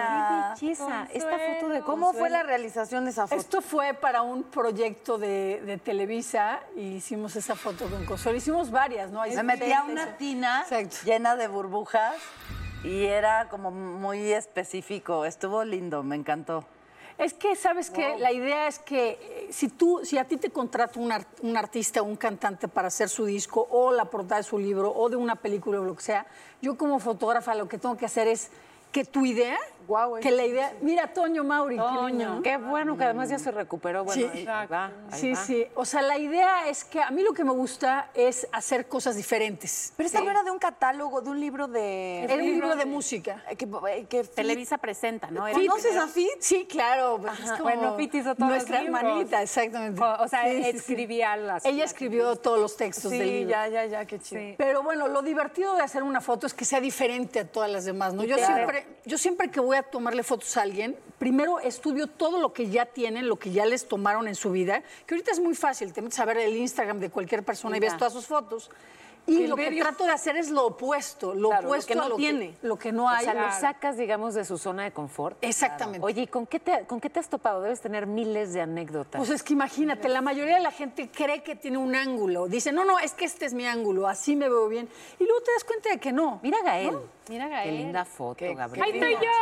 S4: qué belleza. Esta foto de
S5: ¿Cómo fue la realización de esa foto?
S9: Esto fue para un proyecto de, de Televisa y hicimos esa foto con Consuelo. Hicimos varias, ¿no? Hay
S3: Me metí
S9: seis,
S3: a una
S9: eso.
S3: tina
S9: Exacto.
S3: llena de burbujas y era como muy específico. Estuvo lindo, me encantó.
S9: Es que, ¿sabes que La idea es que eh, si tú, si a ti te contrata un, ar- un artista o un cantante para hacer su disco o la portada de su libro o de una película o lo que sea, yo como fotógrafa lo que tengo que hacer es que tu idea,
S5: Guau, eh.
S9: que la idea... Mira, Toño Mauri, qué lindo, ¿no?
S4: Qué bueno que además ya se recuperó. Bueno,
S9: Sí.
S4: ahí va, ahí
S9: Sí,
S4: va.
S9: sí. O sea, la idea es que a mí lo que me gusta es hacer cosas diferentes.
S5: Pero esta no era de un catálogo, de un libro de.
S9: Era un libro de música.
S5: Eh, Que, eh, que-
S6: Televisa presenta, ¿no? Era-
S5: ¿Conoces a Fit?
S9: Sí, claro. pues, es como
S2: Bueno, Piti hizo todos los
S9: Nuestra
S2: libros.
S9: hermanita, exactamente.
S2: O, o sea,
S9: Sí, sí, sí.
S2: escribía las...
S9: Ella escribió todos los textos del
S5: Sí,
S9: libro.
S5: ya, ya, ya, qué chido.
S2: Sí.
S9: Pero bueno, lo divertido de hacer una foto es que sea diferente a todas las demás, ¿no? Yo siempre, yo siempre que voy voy a tomarle fotos a alguien, primero estudio todo lo que ya tienen, lo que ya les tomaron en su vida, que ahorita es muy fácil, te metes a ver el Instagram de cualquier persona y
S5: Ya.
S9: ves todas sus fotos. Y
S5: El
S9: lo que
S5: medio-
S9: trato de hacer es lo opuesto, lo
S5: Claro, lo
S9: opuesto
S5: que no
S9: a lo
S5: tiene.
S9: que, lo que no hay.
S4: O sea, lo sacas, digamos, de su zona de confort.
S9: Exactamente.
S4: Oye, ¿y con qué, te, con qué te has topado? Debes tener miles de anécdotas.
S9: Pues es que imagínate, la mayoría de la gente cree que tiene un ángulo. Dice, no, no, es que este es mi ángulo, así me veo bien. Y luego te das cuenta de que no.
S4: Mira a Gael.
S9: ¿No?
S6: Mira,
S4: Qué
S6: Gael.
S4: linda foto, Gabriel.
S6: Ahí estoy yo.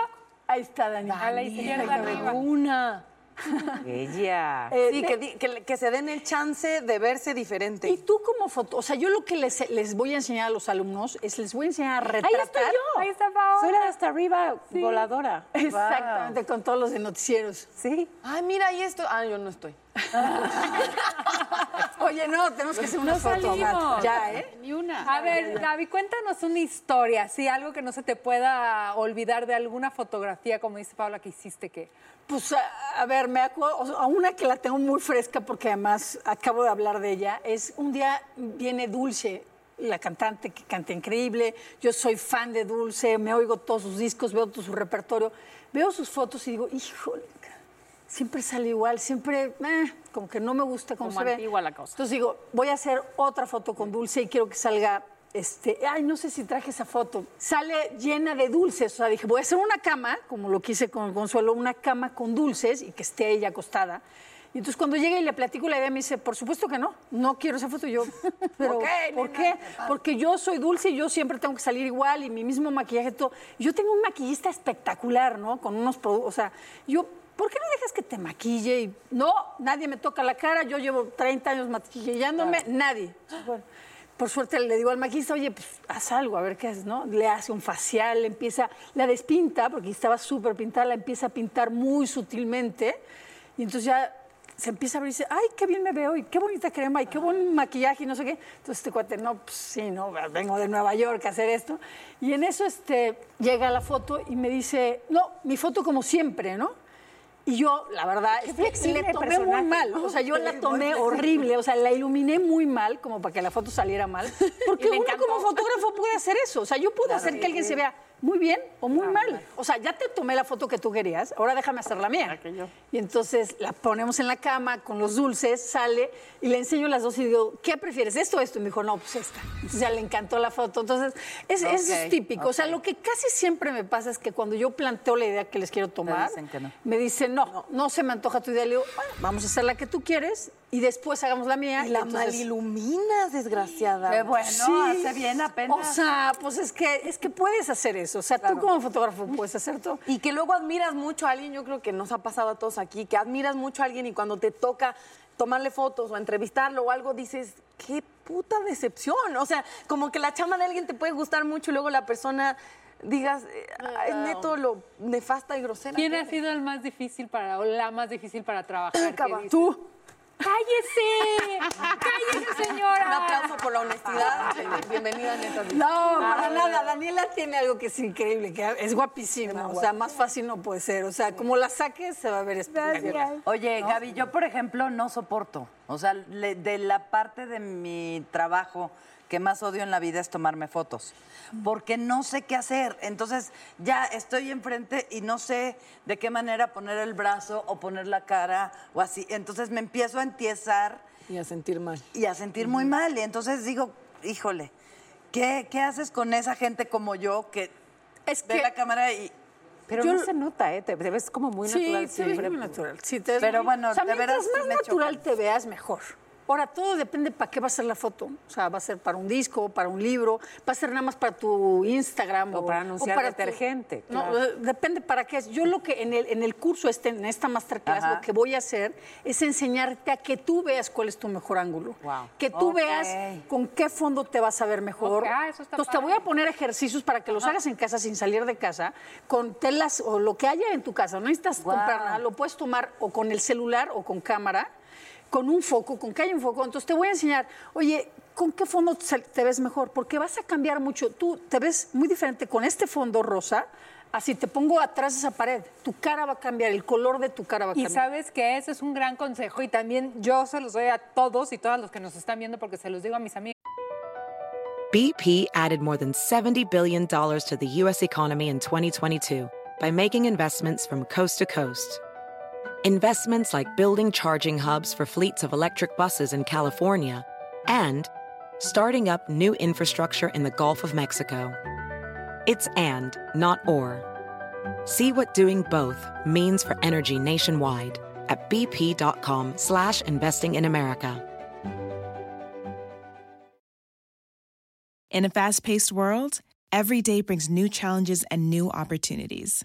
S9: Ahí está Dani.
S2: A la izquierda arriba.
S9: Una.
S4: Ella.
S5: sí, que, di- que le- que se den el chance de verse diferente.
S9: Y tú como foto, o sea, yo lo que les, les voy a enseñar a los alumnos es les voy a enseñar a retratar.
S4: estoy yo.
S2: Ahí está Paola.
S4: Soy la de hasta arriba, voladora.
S9: Exactamente, con todos los de noticieros.
S4: Sí.
S5: Ay, mira, ahí estoy. Ah, yo no estoy.
S9: [laughs] Oye, no, tenemos que hacer una foto. Gat. Ya, ¿eh?
S6: Ni una.
S2: A ver, Gaby, cuéntanos una historia, sí, algo que no se te pueda olvidar de alguna fotografía, como dice Paula, que hiciste que.
S9: Pues, a, a ver, me acuerdo, o sea, a una que la tengo muy fresca porque además acabo de hablar de ella, es un día viene Dulce, la cantante que canta increíble, yo soy fan de Dulce, me oigo todos sus discos, veo todo su repertorio, veo sus fotos y digo, híjole, ca- siempre sale igual, siempre, eh, como que no me gusta cómo
S6: Como
S9: se ve.
S6: antigua la cosa.
S9: Entonces digo, voy a hacer otra foto con Dulce y quiero que salga, este, ay, no sé si traje esa foto. Sale llena de dulces, o sea, dije, voy a hacer una cama, como lo quise con Consuelo, una cama con dulces y que esté ella acostada. Y entonces cuando llega y le platico la idea, me dice, por supuesto que no, no quiero esa foto. Y yo, pero, ¿por qué? Porque yo soy dulce y yo siempre tengo que salir igual y mi mismo maquillaje, todo. Yo tengo un maquillista espectacular, ¿no? Con unos productos, o sea, yo, ¿por qué no dejas que te maquille? Y, no, nadie me toca la cara, yo llevo 30 años maquillándome, nadie. Bueno, por suerte le digo al maquillista, oye, pues haz algo, a ver qué haces, ¿no? Le hace un facial, le empieza, la despinta, porque estaba súper pintada, la empieza a pintar muy sutilmente. Y entonces ya se empieza a abrir y dice, ay, qué bien me veo, y qué bonita crema, y qué buen maquillaje, y no sé qué. Entonces este cuate, no, pues sí, no, vengo de Nueva York a hacer esto. Y en eso este, llega la foto y me dice, no, mi foto como siempre, ¿no? Y yo, la verdad, es que
S2: flexible
S9: le tomé
S2: personaje.
S9: muy mal. O sea, yo la tomé horrible. O sea, la iluminé muy mal, como para que la foto saliera
S3: [laughs]
S9: mal. Porque uno como fotógrafo puede hacer eso. O sea, yo puedo hacer que alguien se vea muy bien o
S3: Ah,
S9: muy mal. O sea, ya te tomé la foto que tú querías, ahora déjame hacer la mía. Y entonces la ponemos en la cama con los dulces, sale y le enseño las dos y digo, ¿qué prefieres, esto o esto? Y me dijo, no, pues esta. Entonces ya le encantó la foto. Entonces, es, eso es típico. O sea, lo que casi siempre me pasa es que cuando yo planteo la idea que les quiero tomar,
S3: dicen que no.
S9: me dicen, no, no, se me antoja tu idea. Le digo, bueno, vamos a hacer la que tú quieres y después hagamos la mía.
S5: Ay, la
S9: Entonces,
S5: maliluminas, desgraciada.
S3: Qué bueno,
S9: Sí.
S3: hace bien apenas.
S9: O sea, pues es que, es que puedes hacer eso. O sea, tú como fotógrafo puedes hacer todo.
S5: Y que luego admiras mucho a alguien, yo creo que nos ha pasado a todos aquí, que admiras mucho a alguien y cuando te toca tomarle fotos o entrevistarlo o algo, dices, qué puta decepción. O sea, como que la chama de alguien te puede gustar mucho y luego la persona digas, eh, "Ay, es neto lo nefasta y grosera.
S2: ¿Quién
S5: que
S2: ha
S5: es".
S2: sido el más difícil para, o la más difícil para trabajar? que dices,
S9: Tú.
S2: ¡Cállese! ¡Cállese, señora!
S5: Un aplauso por la honestidad. Bienvenida, neta. Ah.
S9: No, para nada. Daniela tiene algo que es increíble, que es guapísima. O sea, más fácil no puede ser. O sea, como la saques, se va a ver espectacular.
S3: Oye, Gaby, yo por ejemplo no soporto. O sea, le- de la parte de mi trabajo que más odio en la vida es tomarme fotos, porque no sé qué hacer. Entonces ya estoy enfrente y no sé de qué manera poner el brazo o poner la cara o así. Entonces me empiezo a entiesar
S5: Y a sentir mal.
S3: y a sentir muy mal. Y entonces digo, híjole, ¿qué, qué haces con esa gente como yo que
S9: Es
S3: ve
S9: que-
S3: la cámara y...
S4: Pero
S9: Yo-
S4: no se nota, ¿eh? Te, te ves como muy
S9: Sí,
S4: natural
S9: te ves
S4: siempre.
S9: muy natural. Sí, te ves
S3: Pero
S9: muy-
S3: bueno,
S9: o sea,
S3: de
S9: mientras
S3: veras sí
S9: más
S3: me
S9: natural
S3: choca.
S9: te veas, mejor. Ahora, todo depende para qué va a ser la foto. O sea, va a ser para un disco, para un libro, va a ser nada más para tu Instagram.
S4: O para anunciar detergente,
S9: No,
S4: claro.
S9: eh, depende para qué es. Yo lo que en el, en el curso, este, en esta masterclass,
S3: Ajá.
S9: lo que voy a hacer es enseñarte a que tú veas cuál es tu mejor ángulo.
S4: Wow.
S9: Que tú
S3: Ok.
S9: veas con qué fondo te vas a ver mejor.
S2: Ok, ah, eso está
S9: Entonces, te voy a
S2: padre.
S9: poner ejercicios para que los hagas en casa sin salir de casa, con telas o lo que haya en tu casa. No necesitas
S3: Guau.
S9: comprar nada, lo puedes tomar o con el celular o con cámara, con un foco, con que haya un foco. Entonces te voy a enseñar, oye, ¿con qué fondo se- te ves mejor? Porque vas a cambiar mucho. Tú te ves muy diferente con este fondo rosa. Así te pongo atrás de esa pared, tu cara va a cambiar, el color de tu cara va a
S2: Y
S9: cambiar.
S2: sabes que ese es un gran consejo y también yo se los doy a todos y todas los que nos están viendo porque se los digo a mis amigos.
S10: BP added more than $70 billion to the U.S. economy in 2022 by making investments from coast to coast. Investments like building charging hubs for fleets of electric buses in California and starting up new infrastructure in the Gulf of Mexico. It's and, not or. See what doing both means for energy nationwide at bp.com slash investing in America.
S11: In a fast paced world, every day brings new challenges and new opportunities.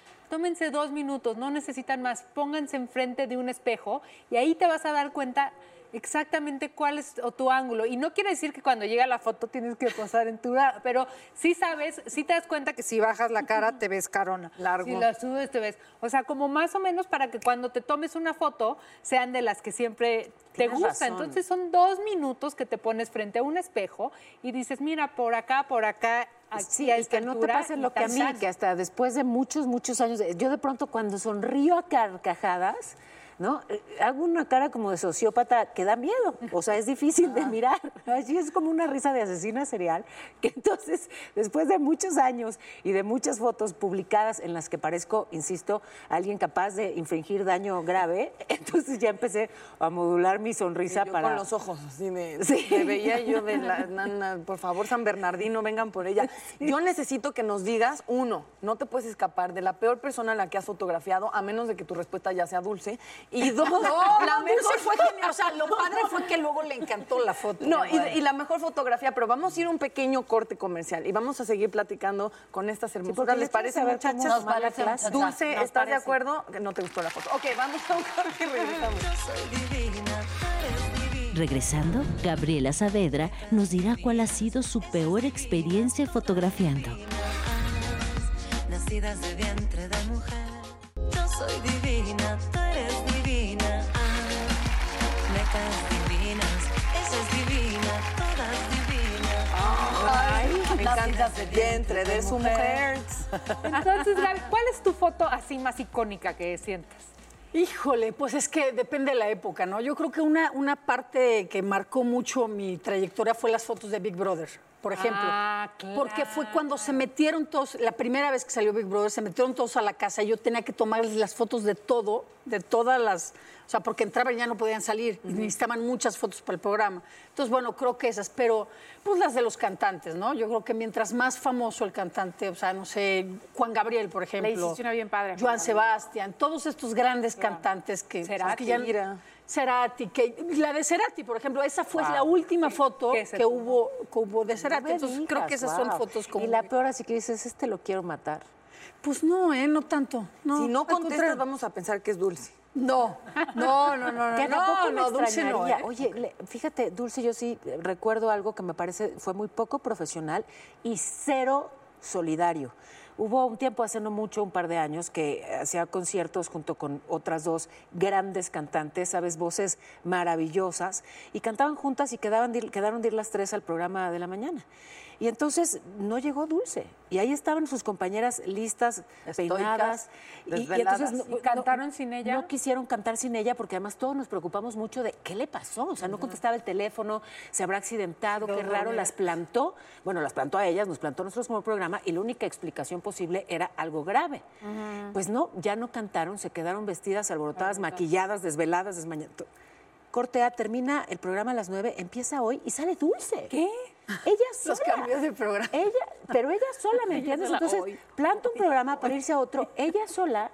S2: Tómense dos minutos, no necesitan más. Pónganse enfrente de un espejo y ahí te vas a dar cuenta exactamente cuál es o tu ángulo. Y no quiere decir que cuando llega la foto tienes que posar en tu lado, pero sí sabes, sí te das cuenta que si bajas la cara te ves carona. Largo. Si la subes te ves. O sea, como más o menos para que cuando te tomes una foto sean de las que siempre te
S4: Tienes
S2: gusta.
S4: razón.
S2: Entonces son dos minutos que te pones frente a un espejo y dices, mira, por acá, por acá. Aquí,
S4: Sí,
S2: a
S4: y
S2: esta
S4: que no te
S2: altura,
S4: pase
S2: y
S4: lo que a
S2: tan,
S4: mí,
S2: tan".
S4: que hasta después de muchos, muchos años, de- yo de pronto cuando sonrío a carcajadas, ¿no? Eh, Hago una cara como de sociópata que da miedo, o sea, es difícil
S2: Ah.
S4: de mirar. [laughs] Así es como una risa de asesina serial, que entonces, después de muchos años y de muchas fotos publicadas en las que parezco, insisto, alguien capaz de infringir daño grave, [laughs] entonces ya empecé a modular mi sonrisa para...
S5: Con los ojos, así de, [laughs]
S4: Sí.
S5: te veía yo de la, na, na, por favor, San Bernardino, vengan por ella. Yo necesito que nos digas, uno, no te puedes escapar de la peor persona a la que has fotografiado, a menos de que tu respuesta ya sea dulce. Y dos, la mejor
S9: fue que, o sea, lo padre fue que luego le encantó la foto.
S5: No,
S9: mi
S5: y,
S9: madre.
S5: y la mejor fotografía, pero vamos a ir a un pequeño corte comercial y vamos a seguir platicando con estas hermosuras.
S4: porque
S5: ¿Les
S4: yo quiero
S5: parece,
S4: saber cómo
S5: muchachas?
S4: nos va la clase.
S5: Dulce,
S4: Nos
S5: ¿estás de
S4: parece.
S5: acuerdo? Que No te gustó la foto. Ok, vamos a un corte y regresamos.
S7: Regresando, Gabriela Saavedra nos dirá cuál ha sido su peor experiencia fotografiando.
S1: nacidas de vientre de mujer. Yo soy divina, tú eres divina. Ah, metas divinas, eso es divina, todas divinas.
S5: Ay, me encanta
S3: nacidas
S5: ese
S3: de
S5: vientre de su mujer.
S2: Entonces, Gaby, ¿cuál es tu foto así más icónica que sientas?
S9: Híjole, pues es que depende de la época, ¿no? Yo creo que una, una parte que marcó mucho mi trayectoria fue las fotos de Big Brother, por ejemplo.
S2: Ah, claro.
S9: Porque fue cuando se metieron todos, la primera vez que salió Big Brother, se metieron todos a la casa y yo tenía que tomarles las fotos de todo, de todas las. O sea, porque entraban y ya no podían salir y necesitaban muchas fotos para el programa. Entonces, bueno, creo que esas, pero pues las de los cantantes, ¿no? Yo creo que mientras más famoso el cantante, o sea, no sé, Juan Gabriel, por ejemplo.
S2: hiciste una bien padre a Juan
S9: Joan
S2: Gabriel.
S9: Sebastián, todos estos grandes cantantes que. pues,
S2: Cerati.
S9: que ya-
S5: Mira.
S9: Cerati, que la de Cerati, por ejemplo, esa fue la última foto
S2: que
S9: que,
S2: se tomó.
S9: hubo, que hubo de Cerati.
S4: me
S9: Entonces
S4: digas,
S9: creo que esas son
S4: guau.
S9: fotos como.
S4: Y la peor así que dices, este lo quiero matar.
S9: Pues no, ¿eh? No tanto. No,
S5: Si
S9: al
S5: no contestas,
S9: contrario.
S5: vamos a pensar que es dulce.
S9: No, no, no, no.
S4: Que
S9: Ah, No,
S4: tampoco
S9: no,
S4: me
S9: no dulce no.
S4: extrañaría.
S9: ¿eh?
S4: Oye, le- fíjate, Dulce, yo sí eh, recuerdo algo que me parece fue muy poco profesional y cero solidario. Hubo un tiempo, hace no mucho, un par de años, que hacía conciertos junto con otras dos grandes cantantes, sabes, voces maravillosas, y cantaban juntas y quedaban de ir- quedaron de ir las tres al programa de la mañana. Y entonces no llegó Dulce, y ahí estaban sus compañeras listas,
S5: Estoicas,
S4: peinadas, y- y, entonces
S5: desveladas.
S4: no-
S5: ¿Y
S4: no-
S2: cantaron sin ella?
S4: no quisieron cantar sin ella porque además todos nos preocupamos mucho de qué le pasó. O sea, no contestaba el teléfono, se habrá accidentado, qué raro, las plantó. Bueno, las plantó a ellas, nos plantó a nosotros como programa y la única explicación posible era algo grave. Pues no, ya no cantaron, se quedaron vestidas, alborotadas, maquilladas, desveladas, desmañadas. Cortea, termina el programa a las 9, empieza hoy y sale dulce. ¿Qué? Ella sola.
S9: cambios de programa.
S4: Ella, pero [laughs] ella
S2: [laughs]
S4: sola, ¿me entiendes? Entonces, planta un programa para irse a otro, ella sola,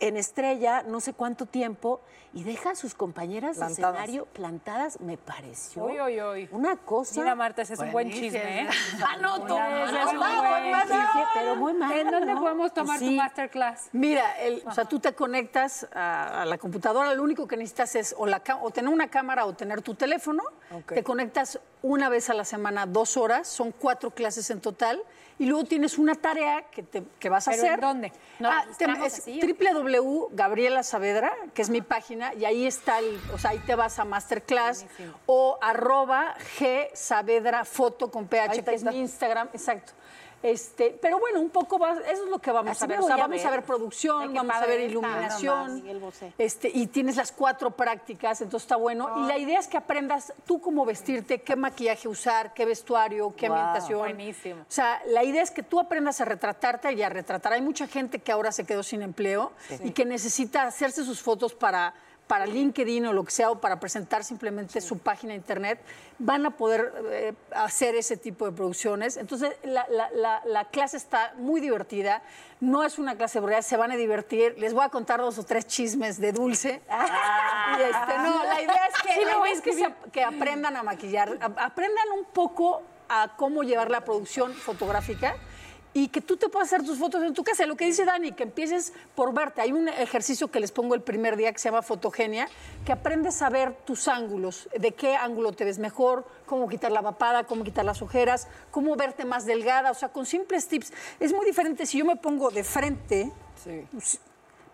S4: en estrella, no sé cuánto tiempo, y deja a sus compañeras de
S5: Plantadas.
S4: escenario plantadas, me pareció.
S2: Uy, uy, uy.
S4: Una cosa. Oh,
S2: Mira, Marta, ese es un buen chisme, ¿eh?
S9: Ah, no, tú.
S2: Ese es un buen
S4: Ay, sí, sí, pero muy mal.
S2: ¿En dónde
S4: ¿no?
S2: podemos tomar
S4: Sí.
S2: tu masterclass?
S9: Mira, el- o sea, tú te conectas a, a la computadora, lo único que necesitas es o, la ca- o tener una cámara o tener tu teléfono. Te conectas una vez a la semana, dos horas, son cuatro clases en total. y luego tienes una tarea que, te- que vas a
S2: ¿Pero
S9: hacer.
S2: en dónde? No,
S9: Ah,
S2: ¿estamos
S9: te- es
S2: así o qué?
S9: www Gabriela Saavedra, que es mi página, y ahí está, el, o sea, ahí te vas a Masterclass o arroba G Saavedra Foto con
S5: Ahí
S9: PH,
S5: está,
S9: que
S5: ahí
S9: es
S5: está.
S9: mi Instagram, exacto. Este, pero bueno, un poco va, eso es lo que vamos
S6: Así
S9: a ver.
S6: me
S9: O sea,
S6: voy a
S9: vamos a
S6: ver.
S9: ver producción,
S6: Ve qué
S9: vamos a
S6: padre
S9: ver
S6: está, nada más,
S9: iluminación.
S6: Miguel Bosé.
S9: Este, y tienes las cuatro prácticas, entonces está bueno. Y la idea es que aprendas tú cómo vestirte, qué maquillaje usar, qué vestuario, qué
S2: Guau.
S9: ambientación.
S2: Buenísimo.
S9: O sea, la idea es que tú aprendas a retratarte y a retratar. Hay mucha gente que ahora se quedó sin empleo y que necesita hacerse sus fotos para para LinkedIn o lo que sea, o para presentar simplemente su página de internet, van a poder eh, hacer ese tipo de producciones. Entonces, la, la- la- la clase está muy divertida, no es una clase aburrida, se van a divertir. Les voy a contar dos o tres chismes de dulce. [laughs] Y, este, no, la idea es que,
S6: Ah. Sí,
S9: la
S6: lo voy a
S9: idea es que se ap- que aprendan a maquillar, a- aprendan un poco a cómo llevar la producción fotográfica y que tú te puedas hacer tus fotos en tu casa. Lo que dice Dani, que empieces por verte. Hay un ejercicio que les pongo el primer día que se llama fotogenia, que aprendes a ver tus ángulos, de qué ángulo te ves mejor, cómo quitar la papada, cómo quitar las ojeras, cómo verte más delgada, o sea, con simples tips. Es muy diferente si yo me pongo de frente, pues,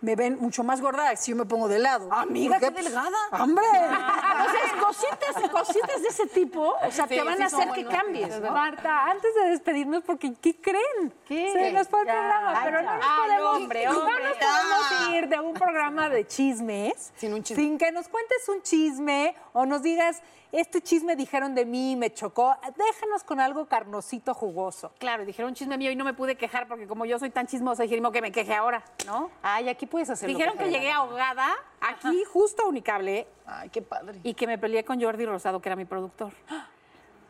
S9: me ven mucho más gorda que si yo me pongo de lado.
S5: Amiga,
S9: Porque,
S5: qué delgada.
S9: [laughs] ¡Hombre! Entonces, cositas, cositas de ese tipo, o sea, te
S2: Sí,
S9: van
S2: sí
S9: a
S2: son
S9: hacer que
S2: buenos
S9: cambies,
S2: tips,
S9: ¿no?
S2: Marta, antes de despedirnos, porque ¿qué creen? Se nos fue el
S6: Ya.
S2: programa,
S6: Ay,
S2: pero
S6: ya.
S2: no nos
S6: Ay,
S2: podemos,
S6: hombre,
S2: no
S6: hombre,
S2: nos
S6: ya.
S2: podemos ir de un programa de chismes sin, que nos cuentes un chisme o nos digas, este chisme dijeron de mí, me chocó. Déjanos con algo carnosito jugoso.
S6: Claro, y dijeron un chisme mío y no me pude quejar porque como yo soy tan chismosa, dijeron que me queje ahora, ¿no?
S4: Ay, aquí puedes hacer lo
S6: Dijeron que
S4: quieras.
S6: llegué ahogada aquí, justo a Unicable,
S5: Ay, qué padre.
S6: y que me peleé con Jordi Rosado, que era
S2: [gasps]
S6: mi productor.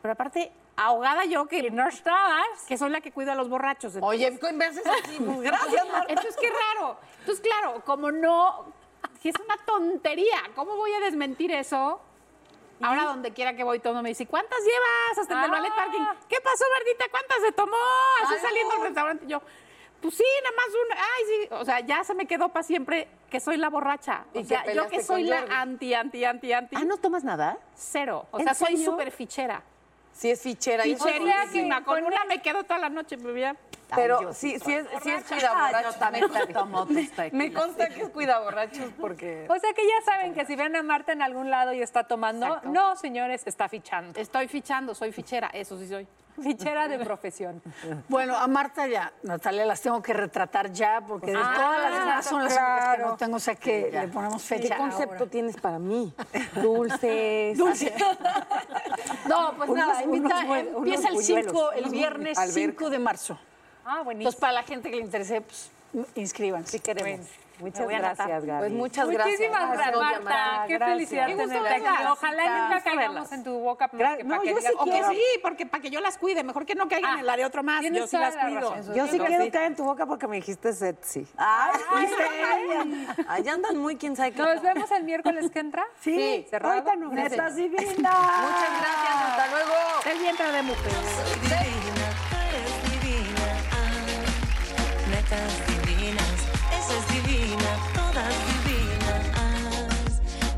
S6: Pero aparte, ahogada yo, que
S2: No estabas.
S6: que soy la que cuido a los borrachos. entonces-
S5: Oye, en veces así, pues gracias, Marta.
S6: Entonces, qué raro. Entonces, claro, como no, si es una tontería, ¿cómo voy a desmentir eso? Ahora donde quiera que voy, todo el mundo me dice, ¿cuántas llevas? Hasta en el ballet
S2: Ah.
S6: parking. ¿Qué pasó, Martita? ¿Cuántas se tomó? Así
S5: Ay,
S6: saliendo del restaurante. Yo, pues sí, nada más una. Ay, sí. O sea, ya se me quedó para siempre que soy la borracha. O
S5: Y que
S6: sea, yo
S5: peleaste
S6: que soy
S5: con
S6: la
S5: Jordi.
S6: anti, anti, anti, anti.
S4: Ah, ¿no tomas nada?
S6: Cero. O
S4: ¿En
S6: sea, soy
S4: serio?
S6: súper fichera.
S5: Sí, es fichera. y-
S6: Ficherísima. Con una me quedo toda la noche. pero ya.
S5: Pero sí, sí es, sí es cuidaborrachos. [laughs] Me consta que es cuidaborrachos porque...
S2: O sea que ya saben que si ven a Marta en algún lado y está tomando, no, señores, está fichando.
S6: Estoy fichando, soy fichera. Eso sí soy.
S2: Fichera de profesión.
S9: Bueno, a Marta ya, Natalia, las tengo que retratar ya, porque de
S6: Ah,
S9: todas las demás son las únicas que
S2: claro.
S9: no tengo, o sea que le ponemos fecha.
S5: ¿Qué concepto
S9: ahora.
S5: tienes para [laughs] mí? Dulces. [laughs]
S9: Dulce. No, pues
S5: Unos-
S9: nada, invita-
S5: unos buen-
S9: empieza el
S5: unos
S9: 5,
S5: buñuelos,
S9: el
S5: unos
S9: viernes
S5: buñuelos.
S9: 5 de marzo.
S2: Ah, buenísimo.
S9: Entonces, para la gente que le interese, pues, inscríbanse.
S5: Sí queremos.
S4: Muchas gracias, Gaby.
S5: Pues muchas gracias.
S2: Muchísimas gracias,
S5: Nos
S2: Marta.
S5: llamará.
S2: Qué
S5: Gracias.
S2: felicidad
S5: Qué gusto
S2: tenerte aquí.
S5: verlas.
S2: Ojalá nunca caigamos
S4: verlas.
S2: en tu boca más que para que
S4: no, yo
S2: digas,
S4: sí
S2: "Oh, qué
S6: Que
S4: quiero.
S2: rico".
S6: sí, porque para que yo las cuide, mejor que no caigan en la de otro más.
S2: Ah, tienes
S6: Yo sí
S2: toda
S6: las
S2: la
S6: cuido.
S2: razón.
S4: Yo sí quiero caer en tu boca porque me dijiste sexy.
S5: Ay, sí. Allá andan muy quién sabe qué.
S2: Nos vemos el miércoles que entra.
S4: Sí,
S2: cerrado.
S4: ahorita nos
S2: Gracias.
S4: vemos.
S5: Muchas gracias. Hasta luego.
S6: El vientre de mujer.
S1: Soy divina, tú eres divina. Ah, metas divinas, eso es divina, todas divinas. Ah,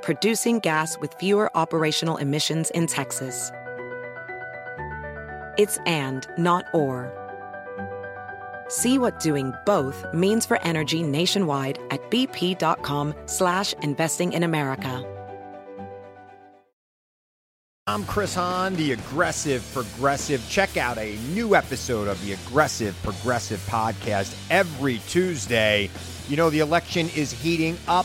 S10: producing gas with fewer operational emissions in Texas. It's and, not or. See what doing both means for energy nationwide at bp.com slash investing in America.
S12: I'm Chris Hahn, the Aggressive Progressive. Check out a new episode of the Aggressive Progressive podcast every Tuesday. You know, the election is heating up